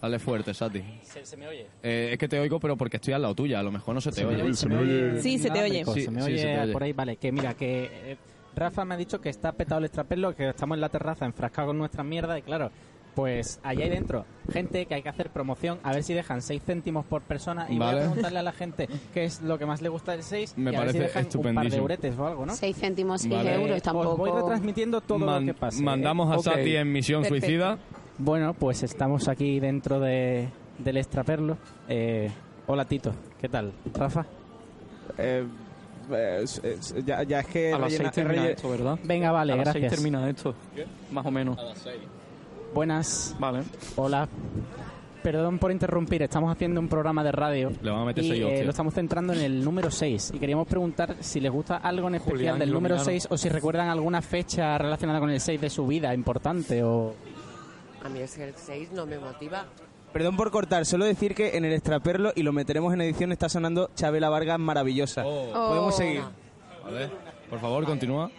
B: Dale fuerte, Sati.
G: ¿Se, se me oye?
B: Eh, es que te oigo, pero porque estoy al lado tuya. A lo mejor no se te oye.
H: Se me oye.
C: Sí, se te oye.
B: Sí,
G: se me
B: sí,
G: oye,
B: se te oye.
G: por ahí, vale. Que mira, que eh, Rafa me ha dicho que está petado el extraperlo, que estamos en la terraza enfrascados con nuestra mierda y claro, pues allá ahí dentro, gente que hay que hacer promoción, a ver si dejan 6 céntimos por persona y
B: Vale.
G: voy a preguntarle a la gente qué es lo que más le gusta del 6
B: Me
G: y a ver si
B: parece
G: dejan un par de
B: estupendísimo.
G: euretes o algo, ¿no? Eh,
I: Seis céntimos, seis
B: Vale.
I: euros,
G: Os
I: tampoco.
G: voy retransmitiendo todo
B: Man-
G: lo que pasa.
B: Mandamos a
F: Ok.
B: Sati en misión
C: Perfecto.
B: suicida.
G: Bueno, pues estamos aquí dentro de, del extraperlo. Eh, hola Tito, ¿qué tal? Rafa.
J: Eh, es- es- ya, ya es que
F: A las
J: Eh, rellena-
F: seis termina
J: relle-
F: esto, ¿verdad?
G: Venga, vale,
F: a las seis
G: gracias.
F: termina esto. Más o menos.
G: Buenas,
F: Vale.
G: hola. Perdón por interrumpir, estamos haciendo un programa de radio.
B: Le vamos a meter
G: y,
B: seis
G: eh,
B: hostias.
G: lo estamos centrando en el número 6 y queríamos preguntar si les gusta algo en especial
F: Julián,
G: del número
F: iluminanos.
G: 6 o si recuerdan alguna fecha relacionada con el 6 de su vida importante o
K: A mí es que el 6 no me motiva.
J: Perdón por cortar, solo decir que en el extraperlo y lo meteremos en edición está sonando Chabela Vargas maravillosa.
K: Oh.
J: Podemos seguir.
B: Vale, por favor, continúa.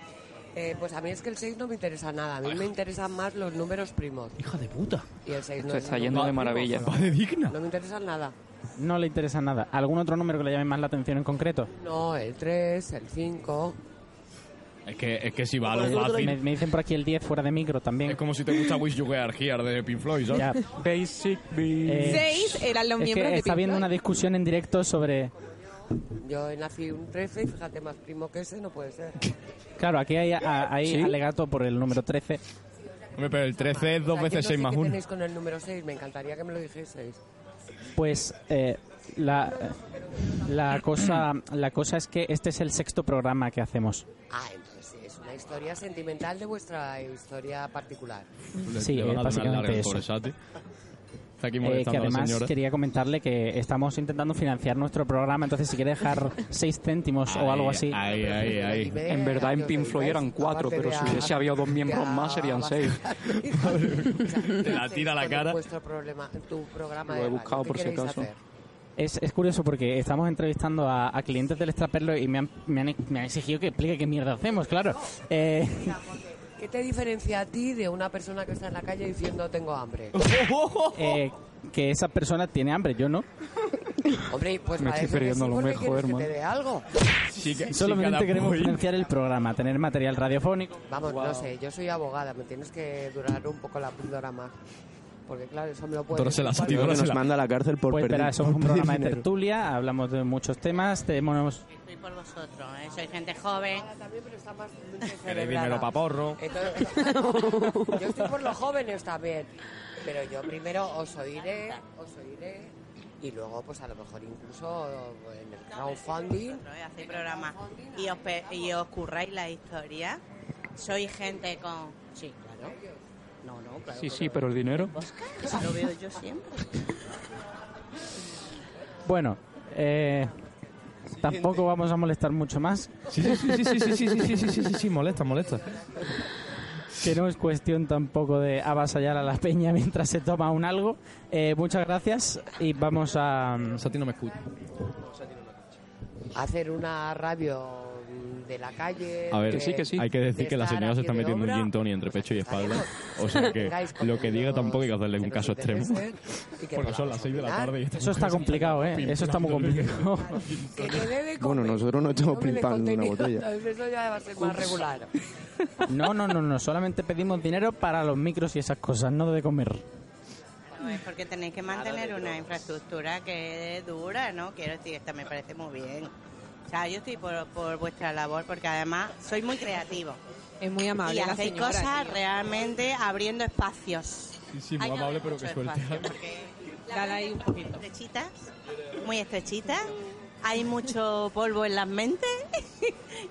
K: Eh, pues a mí es que el 6 no me interesa nada. A mí me interesan más los números primos.
B: Hija de puta.
K: Y el 6 no
G: Se
K: es
G: está
K: un
G: yendo
K: número
G: de
K: primo,
G: maravilla.
K: solo.
B: de digna.
K: No me interesa nada.
G: No le interesa nada. ¿Algún otro número que le llame más la atención en concreto?
K: No, el 3, el 5.
B: Es que, es que si va a
C: Pues
B: lo
G: Me,
B: fácil.
G: me dicen por aquí el 10 fuera de micro también.
B: Es como si te gusta Wish You Were Here de Pink Floyd, ¿sabes?
G: Ya. Basic
C: Seis eran los
G: es
C: miembros
G: que
C: de
G: está
C: Pink
G: habiendo
C: Floyd.
G: una discusión en directo sobre...
K: Yo nací un 13 y fíjate, más primo que ese no puede
B: <laughs>
K: ser.
G: Claro, aquí hay, a- hay
K: ¿Sí?
G: alegato por el número 13.
B: Hombre, pero el 13 es
K: O
B: dos
K: sea, que
B: veces
K: no
B: 6
K: sé
B: más
K: qué
B: 1.
K: tenéis con el número 6? Me encantaría que me lo dijeseis.
G: Pues eh, la, la, cosa, la cosa es que este es el sexto programa que hacemos.
K: Ah, entonces sí, es una historia sentimental de vuestra historia particular.
G: Sí,
B: Le van a dar una
G: básicamente
B: larga al
G: eso.
B: Pobre Sati. Está aquí
G: Eh,
B: molestando
G: que
B: a la
G: además
B: señora.
G: quería comentarle que estamos intentando financiar nuestro programa, entonces si
K: <laughs>
G: quiere dejar 6 céntimos o
B: Eh,
G: algo así.
B: Ay, ay, ay.
F: Eh, En verdad en Pink Floyd eran cuatro, pero si hubiese habido dos miembros más serían seis.
B: Te la tira a la cara.
K: Vuestro problema, tu programa
F: Lo he
K: de radio,
F: buscado
K: ¿qué
F: por si
K: queréis
F: acaso.
K: hacer?
G: Es, es curioso porque estamos entrevistando a, a clientes del Extraperlo y me han, me, han, me han exigido que explique qué mierda hacemos, claro. Eh,
K: ¿Qué te diferencia a ti de una persona que está en la calle diciendo tengo hambre?
G: eh, que esa persona tiene hambre, yo no.
K: Hombre, pues
G: Me
K: para
G: estoy
K: eso que
G: perdiendo
K: sí,
G: lo
K: porque
G: mejor,
K: quieres que
G: hermano.
K: te dé algo.
G: Solamente queremos financiar el programa, tener material radiofónico.
K: Vamos, no sé, yo soy abogada, me tienes que durar un poco la píldora más. Porque claro, eso me lo puede...
B: Dórsela, Sati,
E: Creo que nos
B: dórsela.
E: manda a la cárcel por
G: Pues
E: perder.
G: verás, somos
E: por
G: un
B: <laughs>
G: programa de
E: pedir dinero.
G: tertulia, hablamos de muchos temas, tenemos...
L: Estoy por vosotros, ¿eh? soy gente joven.
K: Ah,
L: <laughs>
B: Queréis dinero pa' porro.
K: Entonces, <laughs> yo estoy por los jóvenes también. Pero yo primero os oiré, os oiré. Y luego, pues a lo mejor incluso en el crowdfunding.
L: Vosotros, ¿eh? Hacéis programa y os, pe- y os curráis la historia. Soy gente con... Sí, claro. No, no, claro.
F: Sí, sí, pero el dinero.
L: Eso lo veo yo siempre.
G: Bueno, eh, tampoco vamos a molestar mucho más,
B: Sí, sí, sí, sí, sí, sí, sí, sí, sí, sí, sí, sí, molesta, molesta.
G: que no es cuestión tampoco de avasallar a la peña mientras se toma un algo. Eh, muchas gracias y vamos a...
B: Sati no me escucha.
K: hacer una radio mm, de la calle.
B: A ver,
K: de-
B: Hay que decir
K: de
B: que la
K: estar
B: señora se
K: a
B: está
K: pie de
B: metiendo un
K: obra.
B: gin tonic entre pecho y espalda. O sea que
K: Tengáis
B: lo que diga
K: contenidos
B: tampoco hay que hacerle un
K: nos
B: caso extremo.
K: interesen y que
B: Porque son las
K: podamos
B: 6 de la
K: opinar.
B: tarde y esta
G: Eso está
B: mujer se
G: complicado, ¿eh? Eso está muy complicado.
K: Que te dé de
E: Bueno,
K: comer,
E: nosotros no estamos
K: me dé
E: pimpando una
K: contenido,
E: botella.
K: entonces Eso ya va a ser más regular.
G: No, no, no, no, solamente pedimos dinero para los micros y esas cosas, no de comer.
L: No, es porque tenéis que mantener una infraestructura que es dura, ¿no? Quiero decir, esta me parece muy bien. O sea, yo estoy por, por vuestra labor porque además soy muy creativo.
C: Es muy amable
L: y
C: la
L: hacéis
C: señora,
L: cosas
C: tío.
L: realmente abriendo espacios.
B: Sí, sí,
L: Hay
B: muy
L: que
B: amable,
L: abrir
B: pero que
L: mucho
B: suerte.
L: espacio,
C: <laughs>
L: porque la verdad es que son Estrechitas, muy estrechitas. Hay mucho polvo en las mentes <laughs>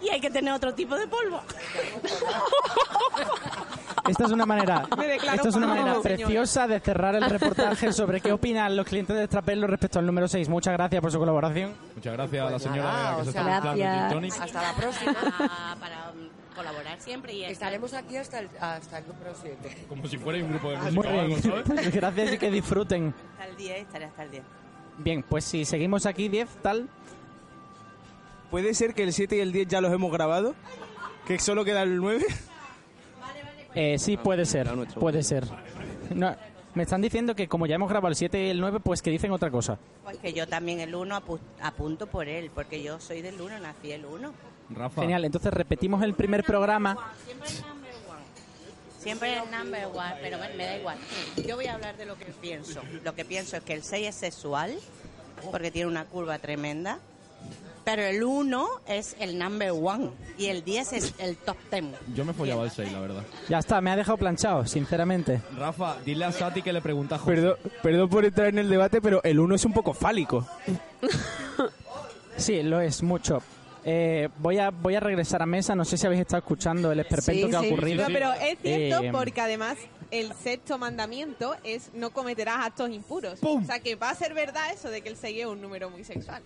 L: y hay que tener otro tipo de polvo.
G: Esta es una manera,
L: Me declaro
G: esta es una
L: pagado,
G: manera
L: señora.
G: preciosa de cerrar el reportaje sobre qué opinan los clientes de Trapelo respecto al número 6. Muchas gracias por su colaboración.
B: Muchas gracias a la
K: Pues
B: señora
K: nada,
B: que
K: o
B: se
K: sea,
B: está mezclando gin tonic.
K: Hasta la próxima.
B: <laughs>
L: Ah, para um, colaborar siempre y
K: Estaremos aquí hasta el, hasta el número 7.
B: Como si fuera un grupo de
G: Muy
B: música o algo,
G: bien,
B: ¿sabes?
G: pues <laughs> gracias y que disfruten.
L: hasta el 10, estaré hasta el 10.
G: Bien, pues si seguimos aquí 10, tal,
J: ¿Puede ser que el 7 y el 10 ya los hemos grabado? ¿Que solo queda el 9?
G: eh, sí puede ser, puede ser. No, me están diciendo que como ya hemos grabado el 7 y el 9, pues que dicen otra cosa.
L: Pues que yo también el 1 apu- apunto por él, porque yo soy del 1, nací el 1.
B: Rafa.
G: Genial, entonces repetimos el primer programa.
L: Siempre el number one. Siempre el number one, pero me, me da igual. Yo voy a hablar de lo que pienso. Lo que pienso es que el 6 es sexual, porque tiene una curva tremenda. Pero el 1 es el number one y el 10 es el top 10.
B: Yo me follaba el 6, la verdad.
G: Ya está, me ha dejado planchado, sinceramente.
B: Rafa, dile a Sati que le pregunta a José.
J: Perdón, perdón por entrar en el debate, pero el 1 es un poco fálico.
G: Sí, lo es mucho. Eh, voy, a, voy a regresar a mesa. No sé si habéis estado escuchando el esperpento que ha ocurrido.
C: No, pero es cierto
G: Eh,
C: porque además el sexto mandamiento es no cometerás actos impuros. O sea que va a ser verdad eso de que el 6 es un número muy sexual.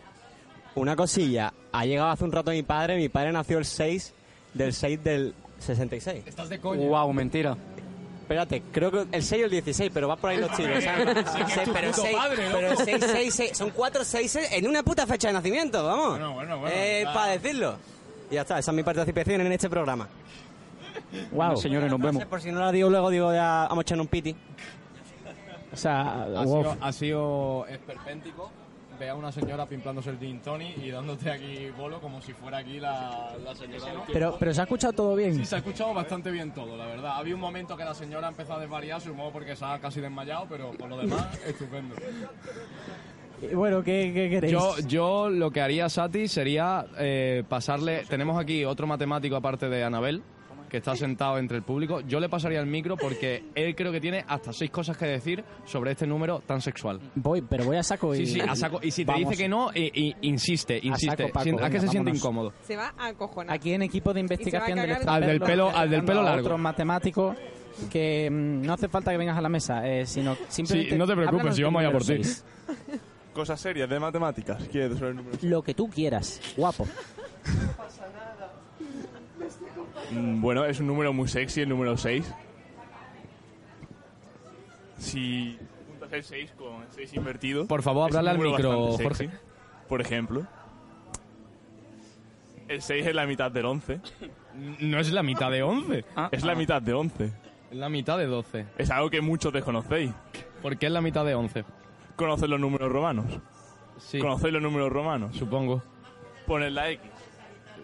M: Una cosilla, ha llegado hace un rato mi padre, mi padre nació el 6 del 6 del 66.
B: Estás de
F: Wow, mentira.
M: Espérate, creo que el 6 o el 16, pero va por ahí los tiros. ¿sabes?
K: Sí, que es tu
M: pero
K: puto
M: seis-
K: padre, ¿no?
M: pero seis, seis, seis, son 4 6 en una puta fecha de nacimiento, vamos.
K: Bueno, bueno, bueno,
M: eh,
K: va.
M: Para decirlo. Y ya está, esa es mi participación en este programa.
G: Bueno, señores, nos vemos.
M: Por si no la digo luego, digo ya vamos a echar un piti.
G: O sea,
N: Ha
G: wow.
N: sido, ha sido esperpéntico ver a una señora pimplándose el gin tonic y dándote aquí bolo como si fuera aquí la, la señora. del
G: Pero,
N: tiempo.
G: pero se ha escuchado todo bien.
N: Sí, se ha escuchado bastante bien todo, la verdad. Había un momento que la señora empezó a desvariar, supongo porque se ha casi desmayado, pero por lo demás, <laughs> estupendo.
F: Y Bueno, ¿qué, qué queréis?
B: Yo, yo lo que haría, Sati, sería eh, pasarle... Tenemos aquí otro matemático aparte de Anabel, que está sentado entre el público. Yo le pasaría el micro porque él creo que tiene hasta seis cosas que decir sobre este número tan sexual.
G: Voy, pero voy a saco y...
B: Sí, sí, a saco. Y si te
G: Pues Vamos.
B: dice que no, i- i- insiste, insiste.
G: saco, Paco,
B: Sin-
G: venga,
B: ¿A que se siente
G: vámonos.
B: incómodo?
C: Se va a acojonar.
G: Aquí en equipo de
C: Y
G: investigación
C: se va a
G: del
C: cagar
B: Al del pelo-
G: estamos
B: al del pelo
G: buscando a
B: largo.
G: Otros matemáticos que mm, no hace falta que vengas a la mesa, eh, sino simplemente...
N: no te preocupes,
G: háblanos
N: si
G: del
N: vamos a ir a por
G: número
N: ti.
G: seis.
N: Cosas serias de matemáticas. ¿Quieres saber el número?
G: Lo que tú quieras, guapo.
O: Mm, Bueno, es un número muy sexy, el número 6. Si juntas el 6 con el 6 invertido.
B: Por favor,
O: es un
B: háblale al
O: número
B: micro,
O: bastante
B: Jorge.
O: sexy. Por ejemplo, el 6 es la mitad del 11.
B: No es la mitad de 11.
O: es la mitad de 11.
B: Ah. Es la mitad de 12.
O: Es algo que muchos desconocéis.
B: ¿Por qué es la mitad de 11?
O: ¿Conocéis los números romanos?
B: Sí.
O: ¿Conocéis los números romanos?
B: Supongo.
O: Pones la X.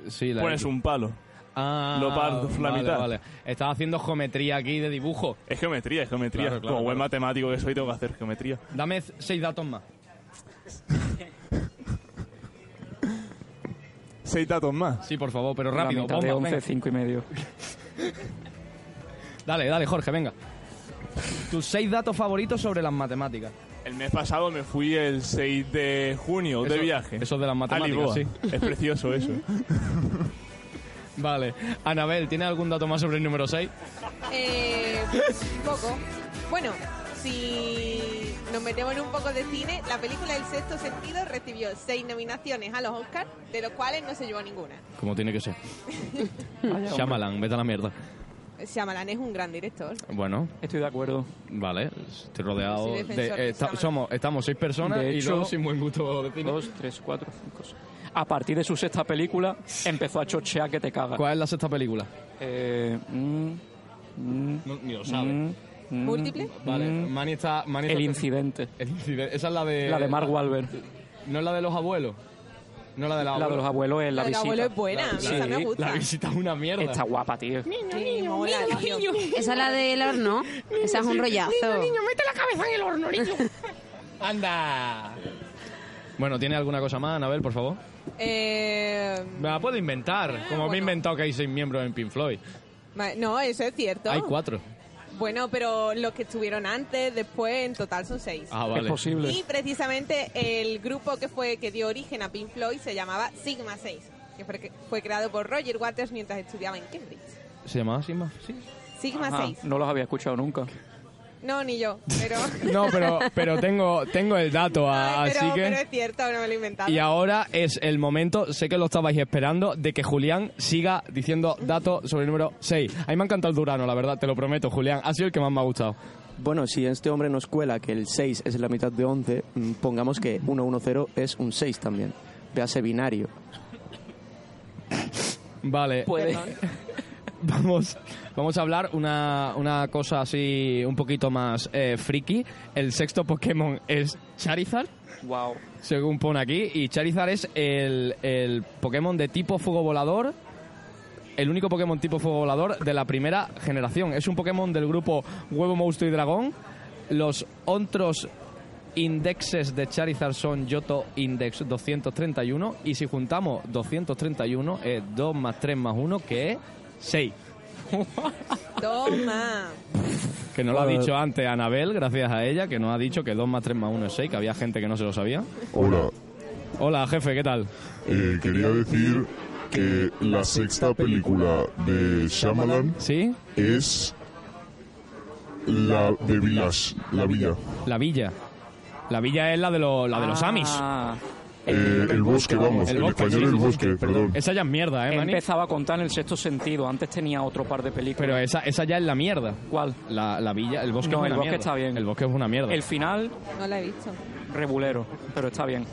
B: Sí, la
O: pones
B: X.
O: Pues un palo.
B: Ah,
O: Lo partes la
B: vale,
O: mitad.
B: Vale. Estás haciendo geometría aquí de dibujo.
O: Es geometría, es geometría.
B: Claro, claro,
O: Como buen
B: claro.
O: matemático que soy, tengo que hacer geometría.
B: Dame c- seis datos más.
O: ¿Seis datos más?
B: Sí, por favor, pero
F: La
B: rápido.
F: mitad de
B: bomba,
F: 11,
B: venga.
F: 5 y medio.
B: Dale, dale, Jorge, venga. Tus seis datos favoritos sobre las matemáticas.
O: El mes pasado me fui el 6 de junio de
B: Eso-
O: viaje.
B: eso de las
O: A Lisboa.
B: matemáticas, sí.
O: Es precioso
B: <laughs>
O: eso.
B: Vale. Anabel, ¿tienes algún dato más sobre el número 6?
C: Eh, poco. Bueno, si nos metemos en un poco de cine, la película El Sexto Sentido recibió seis nominaciones a los Oscars, de los cuales no se llevó ninguna.
B: Como tiene que ser. Shyamalan, vete a la mierda.
C: Eh, Shyamalan es un gran director.
B: Bueno.
F: Estoy de acuerdo.
B: Vale, estoy rodeado
C: Soy
B: de...
C: defensor de
B: eh, esta-
C: Shyamalan.
B: somos, estamos seis personas
F: De
B: y
F: hecho-
B: luego sin buen gusto de cine.
F: 2, 3, 4, 5, 6. A partir de su sexta película empezó a chochear que te cagas.
B: ¿Cuál es la sexta película?
F: Eh, mm, mm,
B: ni lo sabe.
F: mm, mm,
B: Vale,
F: mm.
B: Manny está... Manny
F: El
B: está-
F: incidente.
B: El incidente. Esa es la de...
F: La de Mark Wahlberg.
B: ¿No es la de los abuelos? No es la de los
F: La de los abuelos es la,
C: La de los
F: visita.
C: abuelos es buena,
F: La-
C: esa me gusta.
B: La visita es una mierda.
F: Está guapa, tío.
C: Mola, tío.
I: Esa es la del horno. Esa es un rollazo.
A: mete la cabeza en el horno, niño.
B: ¡Anda! Bueno, ¿tiene alguna cosa más, Anabel, por favor?
C: Eh,
B: Me la puedo
C: Ah,
B: inventar, como me he inventado que hay seis miembros en Pink Floyd.
C: ma- no, eso es cierto.
B: Hay cuatro.
C: Bueno, pero los que estuvieron antes, después, en total son seis.
B: Ah, vale. Es posible.
C: Y precisamente el grupo que fue que dio origen a Pink Floyd se llamaba Sigma 6, que fue, fue creado por Roger Waters mientras estudiaba en Cambridge.
B: ¿Se llamaba así más? Sí.
C: Sigma
F: Ajá,
C: 6.
F: Ah, no los había escuchado nunca.
C: No, ni yo, pero...
B: <laughs> No, pero,
C: <laughs>
B: pero tengo, tengo el dato, a-
C: pero,
B: así
C: pero
B: que...
C: es cierto, no me lo he inventado.
B: Y ahora es el momento, sé que lo estabais esperando, de que Julián siga diciendo datos sobre el número 6. A mí me ha encantado el Durano, la verdad, te lo prometo, Julián. Ha sido el que más me ha gustado.
E: Bueno, si este hombre nos cuela que el 6 es la mitad de 11, mm, pongamos que 110 es un 6 también. Véase binario.
B: Vale.
E: Puede.
B: <laughs> Vamos, vamos a hablar una, una cosa así un poquito más eh, friki. El sexto Pokémon es Charizard.
F: Wow.
B: Según pone aquí. Y Charizard es el, el Pokémon de tipo fuego volador. El único Pokémon tipo fuego volador de la primera generación. Es un Pokémon del grupo Huevo, Monstruo y Dragón. Los otros indexes de Charizard son Yoto Index 231. Y si juntamos 231, es 2 más 3 más 1, que es 6.
C: Toma.
B: Que no lo ha
O: Joder.
B: dicho antes Anabel, gracias a ella, que nos ha dicho que 2 más 3 más 1 es 6, que había gente que no se lo sabía.
H: Hola,
B: Hola, jefe, ¿qué tal?
H: eh, quería decir que la sexta película de Shyamalan es la de Village, la villa.
B: La villa. La villa es la de, los la de los Amis.
H: Eh, el bosque, vamos. El, español el bosque, perdón.
B: Esa ya es mierda, ¿eh, Mani?
F: Empezaba a contar en el sexto sentido. Antes tenía otro par de películas.
B: Pero esa, esa ya es la mierda.
F: ¿Cuál?
B: La, la villa, el bosque
F: No,
B: es una
F: el bosque
B: mierda.
F: está bien.
B: El bosque es una mierda.
F: El final,
C: No la he visto.
F: regulero. Pero está bien.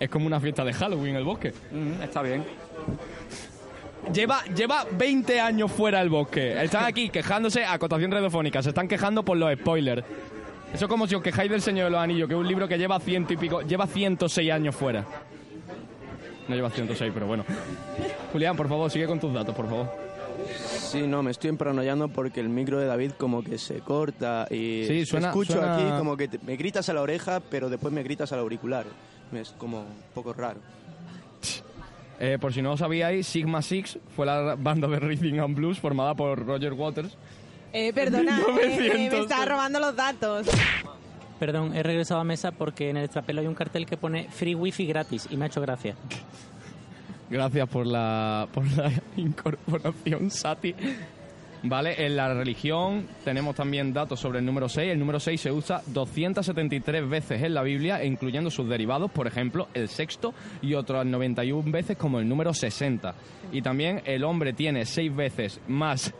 B: Es como una fiesta de Halloween el bosque.
F: Mm, está bien.
B: Lleva, lleva 20 años fuera del bosque. Están aquí quejándose, acotación redofónica, se están quejando por los spoilers. Eso es como si os quejáis del Señor de los Anillos, que es un libro que lleva ciento y pico, lleva 106 años fuera. No lleva 106, pero bueno. Julián, por favor, sigue con tus datos, por favor.
E: Sí, no, me estoy emparanoyando porque el micro de David como que se corta y
B: Sí, suena-
E: escucho
B: suena-
E: aquí como que te- me gritas a la oreja, pero después me gritas al auricular. Es como un poco raro.
B: Eh, por si no lo sabíais, Sigma Six fue la banda de Rhythm and Blues formada por Roger Waters.
C: Eh, perdona,
B: <laughs> No me
C: eh, eh,
B: siento,
C: me está robando los datos.
G: Perdón, he regresado a mesa porque en el extrapelo hay un cartel que pone free wifi gratis y me ha hecho gracia.
B: Gracias por la, por la
G: Eh,
B: incorporación, Sati. Vale, en la religión tenemos también datos sobre el número 6. El número 6 se usa 273 veces en la Biblia, incluyendo sus derivados, por ejemplo, el sexto, y otras 91 veces como el número 60. Y también el hombre tiene 6 veces más,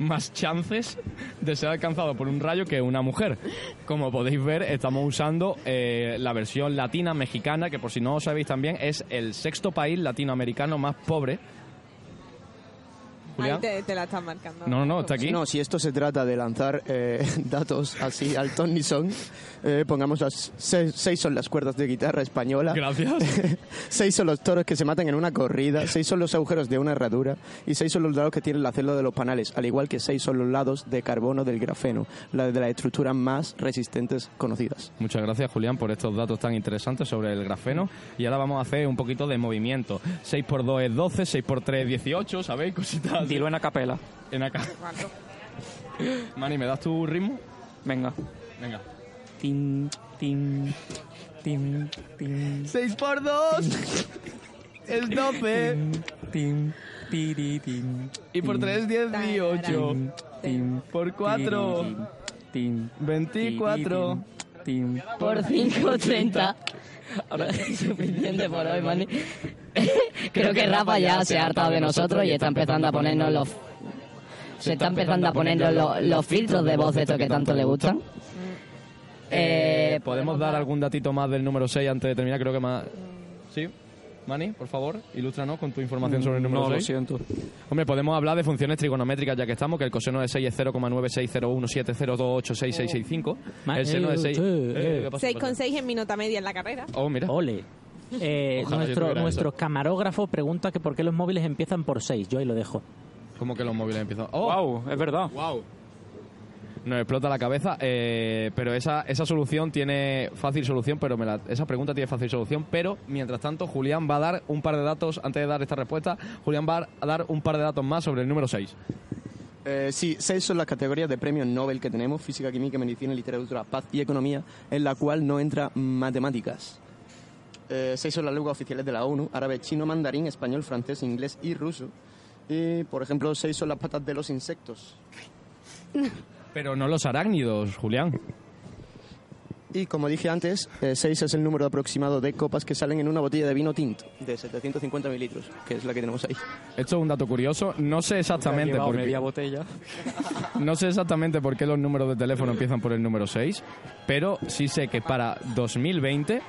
B: más chances de ser alcanzado por un rayo que una mujer. Como podéis ver, estamos usando eh, la versión latina mexicana, que por si no lo sabéis también, es el sexto país latinoamericano más pobre. Julián.
C: Ahí te, te la estás marcando.
B: No, no, está aquí.
E: No, si esto se trata de lanzar eh, <laughs> datos así al Tony Song, eh, pongamos las seis, seis son las cuerdas de guitarra española.
B: Gracias.
E: <laughs> seis son los toros que se matan en una corrida. Seis son los agujeros de una herradura. Y seis son los lados que tienen la celda de los panales. Al igual que seis son los lados de carbono del grafeno, la de las estructuras más resistentes conocidas.
B: Muchas gracias, Julián, por estos datos tan interesantes sobre el grafeno. Y ahora vamos a hacer un poquito de movimiento. 6x2 es 12, 6x3 es 18, ¿sabéis? Cositas.
F: Dilo en acapela.
B: En acá. <laughs> Mani, ¿me das tu ritmo?
F: Venga.
B: Venga.
F: Tim, tim, tim, tim.
B: 6 por 2 es 12.
F: Tim, tiri, tim.
B: Y por
F: tim,
B: 3, 18.
F: tim, tim,
B: Por 4,
F: tiri, tim, tim,
B: 24.
F: tiri, tim.
P: Por 5, 30. Ahora es suficiente por hoy, Mani. Creo que Rafa ya se ha hartado de nosotros y está empezando a ponernos los... Se está empezando a ponernos los, los filtros de voz de estos que tanto le gustan.
B: Eh, ¿Podemos dar algún datito más del número 6 antes de terminar? Creo que más. ¿Sí? Mani, por favor, ilústranos con tu información sobre el número
F: Mm, No,
B: 6.
F: lo siento.
B: Hombre, podemos hablar de funciones trigonométricas ya que estamos, que el coseno de 6 es 0,960170286665. El seno de 6... Eh, ¿qué pasa?
C: 6 con 6 en mi nota media en la carrera.
B: Oh, mira.
G: Ole. Eh,
B: Ojalá yo
G: nuestro
B: tuviera
G: nuestro
B: eso.
G: camarógrafo pregunta que por qué los móviles empiezan por 6. Yo ahí lo dejo.
B: ¿Cómo que los móviles empiezan? ¡Oh!
F: ¡Wow! Es verdad.
B: ¡Wow! Nos explota la cabeza, eh, pero esa, esa solución tiene fácil solución, pero me la- esa pregunta tiene fácil solución, pero mientras tanto Julián va a dar un par de datos, antes de dar esta respuesta, Julián va a dar un par de datos más sobre el número 6.
E: Eh, sí, seis son las categorías de premios Nobel que tenemos, física, química, medicina, literatura, paz y economía, en la cual no entra matemáticas. Eh, seis son las lenguas oficiales de la ONU, árabe, chino, mandarín, español, francés, inglés y ruso. Y, por ejemplo, seis son las patas de los insectos.
B: Pero no los arácnidos, Julián.
E: Y, como dije antes, eh, seis es el número aproximado de copas que salen en una botella de vino tinto, de 750 mililitros, que es la que tenemos ahí.
B: Esto es un dato curioso, no sé exactamente
F: Llevaba
B: por
F: media
B: qué.
F: botella.
B: No sé exactamente por qué los números de teléfono empiezan por el número 6, pero sí sé que para 2020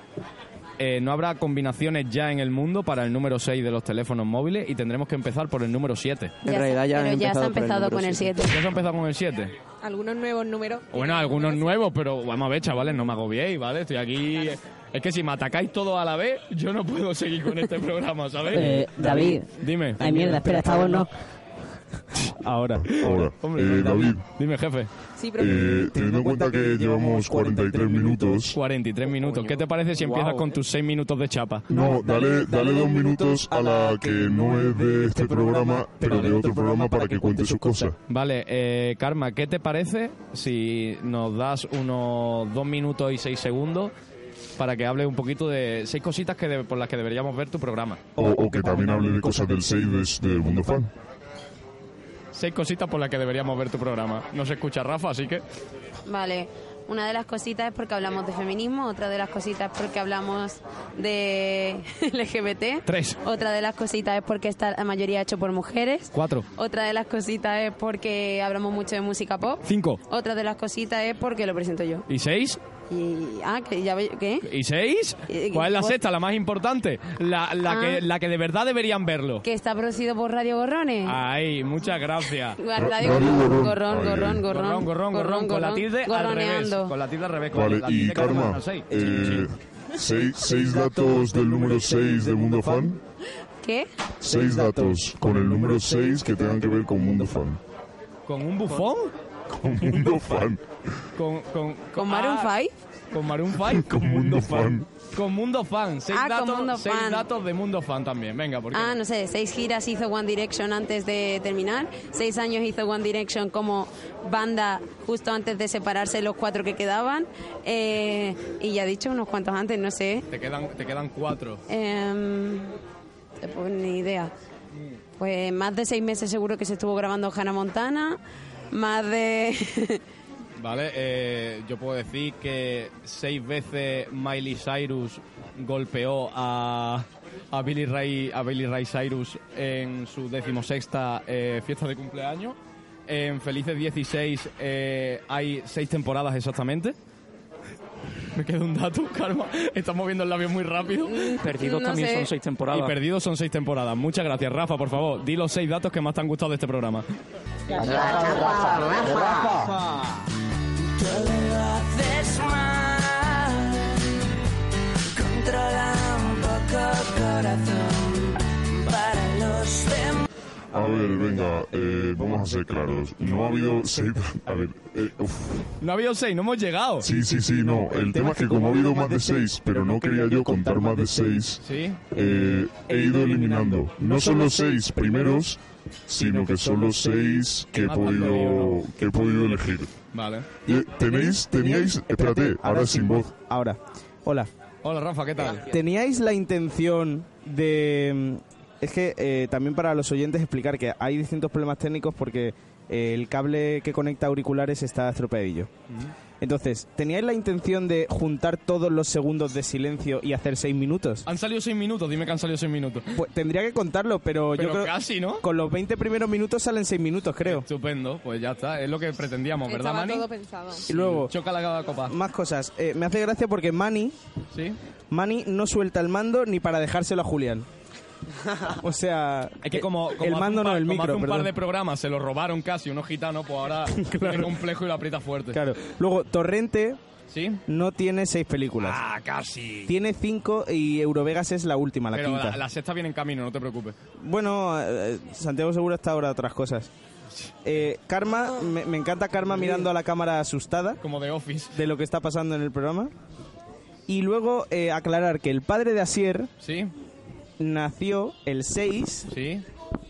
B: eh, no habrá combinaciones ya en el mundo para el número 6 de los teléfonos móviles y tendremos que empezar por el número 7.
I: Ya se- pero ya se ha empezado con el 7.
B: ¿Ya se ha empezado con el 7?
C: Algunos nuevos números.
B: Bueno, algunos nuevos, pero vamos a ver, chavales, no me agobiéis, ¿vale? Estoy aquí... Es que si me atacáis todos a la vez, yo no puedo seguir con este programa, ¿sabéis?
P: Eh, David.
B: Dime.
P: Ay, mierda, espera, está bueno.
B: Ahora.
H: Ahora, eh, David,
B: Dime, jefe.
H: eh, teniendo en cuenta que llevamos 43 minutos,
B: 43 minutos. ¿Qué te parece si empiezas con tus 6 minutos de chapa?
H: no, dale, dale dos minutos a la que no es de este programa, pero de otro programa para que cuente sus cosas.
B: Vale, eh, Karma, ¿qué te parece si nos das unos 2 minutos y 6 segundos para que hable un poquito de seis cositas que de- por las que deberíamos ver tu programa?
H: O, o que también hable de cosas del 6 del mundo fan.
B: Seis cositas por las que deberíamos ver tu programa. No se escucha Rafa, así que...
I: Vale. Una de las cositas es porque hablamos de feminismo, otra de las cositas es porque hablamos de <laughs> LGBT.
B: Tres.
I: Otra de las cositas es porque está la mayoría hecho por mujeres.
B: Cuatro.
I: Otra de las cositas es porque hablamos mucho de música pop.
B: Cinco.
I: Otra de las cositas es porque lo presento yo.
B: ¿Y seis?
I: Y, ah, que ya ve- ¿qué?
B: ¿Y seis?
I: Eh,
B: ¿Cuál es la
I: ¿cuál?
B: sexta, la más importante? La, la
I: Ah.
B: que, la que de verdad deberían verlo.
I: Que está producido por Radio Gorrones.
P: Ah.
B: Ay, muchas gracias.
I: Radio Gorrón, gorrón, gorrón,
B: Gorrón, gorrón, gorrón, con la tilde al revés.
I: gorroneando.
B: Con la tilde al revés. con
H: Vale,
B: la
H: y
B: tilde que no
H: Karma,
B: es seis.
H: eh, seis, seis datos del número 6 de Mundo Fan.
I: ¿Qué?
H: Seis datos con el número 6 que tengan que ver con Mundo Fan.
B: ¿Con un bufón?
H: <laughs> Con
B: <laughs>
H: Mundo Fan.
B: ¿Con, con,
I: ¿Con Maroon
B: ah,
I: 5?
B: ¿Con Maroon 5? <laughs> Con Mundo Fan. Con Mundo Fan. Seis,
I: Ah, con
B: datos,
I: Mundo
B: seis
I: Fan.
B: datos de Mundo Fan también. Venga, porque...
I: Ah, no sé, seis giras hizo One Direction antes de terminar, seis años hizo One Direction como banda justo antes de separarse los cuatro que quedaban, eh, y ya he dicho unos cuantos antes, no sé,
B: Te, quedan, te quedan cuatro.
I: Em, pues ni idea. Pues más de seis meses seguro que se estuvo grabando Hannah Montana, más de...
B: Vale, eh, yo puedo decir que seis veces Miley Cyrus golpeó a, a Billy Ray a Billy Ray Cyrus en su decimosexta eh, fiesta de cumpleaños. En Felices 16 eh, hay seis temporadas exactamente. <laughs> Me queda un dato, <laughs> Karma. Estás moviendo el labio muy rápido.
F: Perdidos No también sé. son seis temporadas.
B: Y perdidos son seis temporadas. Muchas gracias, Rafa, por favor. Di los seis datos que más te han gustado de este programa.
Q: de smile. Controla un poco el corazón para los demás.
H: A ver, venga, eh, vamos a ser claros. No ha habido seis... A ver, eh, uf.
B: No ha habido seis, no hemos llegado.
H: Sí, sí, sí, no. El tema es que como ha habido más de seis, pero no quería yo contar más de seis,
B: Sí.
H: eh, he ido eliminando. No son los seis primeros, sino que son los seis que he podido, que he podido elegir.
B: Vale.
H: Eh, ¿Tenéis, teníais, espérate, ahora sin voz.
J: Ahora. Hola.
B: Hola, Rafa, ¿qué tal?
J: ¿Teníais la intención de... Es que eh, también para los oyentes explicar que hay distintos problemas técnicos porque eh, el cable que conecta auriculares está estropeadillo. Entonces, ¿teníais la intención de juntar todos los segundos de silencio y hacer seis minutos?
B: Han salido seis minutos, dime que han salido seis minutos.
J: Pues tendría que contarlo, pero,
B: Pero
J: yo creo...
B: casi, ¿no?
J: Con los 20 primeros minutos salen seis minutos, creo.
B: Estupendo, pues ya está, es lo que pretendíamos, ¿verdad, Mani?
C: pensado.
J: Y luego...
B: Choca la copa.
J: Más cosas. Eh, me hace gracia porque Manny...
B: Sí.
J: Manny no suelta el mando ni para dejárselo a Julián. O sea,
B: Es que como, como
J: el
B: hace
J: mando
B: un par-
J: no el
B: como
J: micro,
B: hace un par
J: perdón.
B: de programas se lo robaron casi unos gitanos, pues
J: <laughs>
B: ahora tiene complejo y lo aprieta fuerte.
J: Claro. Luego Torrente
B: ¿Sí?
J: no tiene seis películas.
B: Ah, casi.
J: Tiene cinco y Eurovegas es la última, la
B: Pero
J: quinta.
B: la, la sexta viene en camino, no te preocupes.
J: Bueno, eh, Santiago Seguro está ahora a otras
B: <laughs>
J: cosas. Eh, Karma, me, me encanta Karma mirando a la cámara asustada.
B: Como de Office.
J: De lo que está pasando en el programa. Y luego eh, aclarar que el padre de Asier
B: ¿Sí?
J: nació el 6
B: ¿Sí?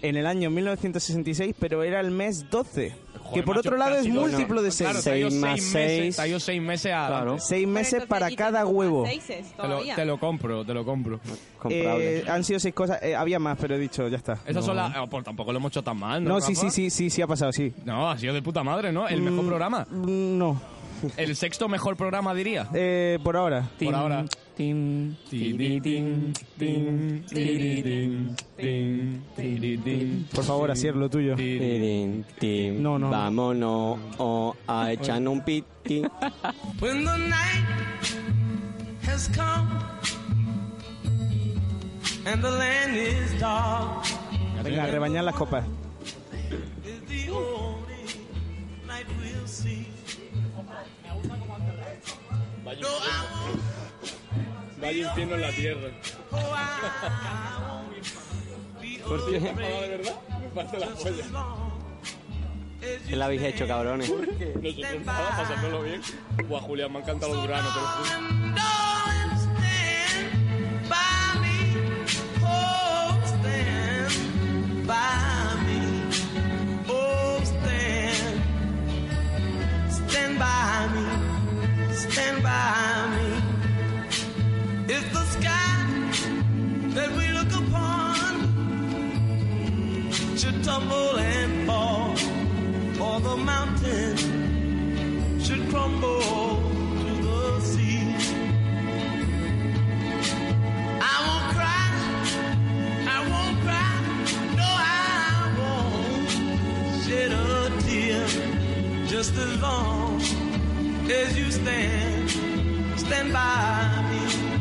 J: en el año 1966, pero era el mes 12. que
B: Joder,
J: por
B: macho,
J: otro lado es
B: casi dos, ¿no?
J: múltiplo de 6.
B: Claro, te ha ido meses, te ha ido seis meses a...
J: Seis meses
C: Entonces,
J: para
C: allí
J: cada
C: tenemos
J: huevo.
C: más seises
B: Te lo,
C: todavía.
B: te lo compro, te lo compro.
J: Eh, han sido seis cosas. eh, había más, pero he dicho, ya está.
B: Esas son las... oh, pues tampoco lo hemos hecho tan mal, ¿no,
J: No, sí,
B: Rafa?
J: sí, sí, sí, sí ha pasado, sí.
B: No, ha sido de puta madre, ¿no? El mejor
J: Mm,
B: programa.
J: mm, No.
B: El sexto mejor programa, diría.
J: Eh, por ahora.
B: Por ahora.
M: Por
J: favor, así es lo tuyo.
M: No, no. Vámonos oh, a echar un
B: <laughs>
M: piti.
Q: When the night has come and the land is dark.
J: Venga, rebañar las copas.
Q: is the only night we'll see. No, I won't.
B: Vaya infierno en la tierra.
Q: Oh, I won't be afraid.
B: Ah, <laughs> verdad, me parte la polla.
M: ¿Qué le habéis hecho, cabrones?
B: Nosotros nada, pasándolo bien. Buah, Julián, me han cantado los duranos, te lo juro.
Q: Don't stand by me. Oh, stand by me. Oh, stand. Stand by me. Stand by me. It's the sky that we look upon should tumble and fall, or the mountain should crumble stand, stand by me.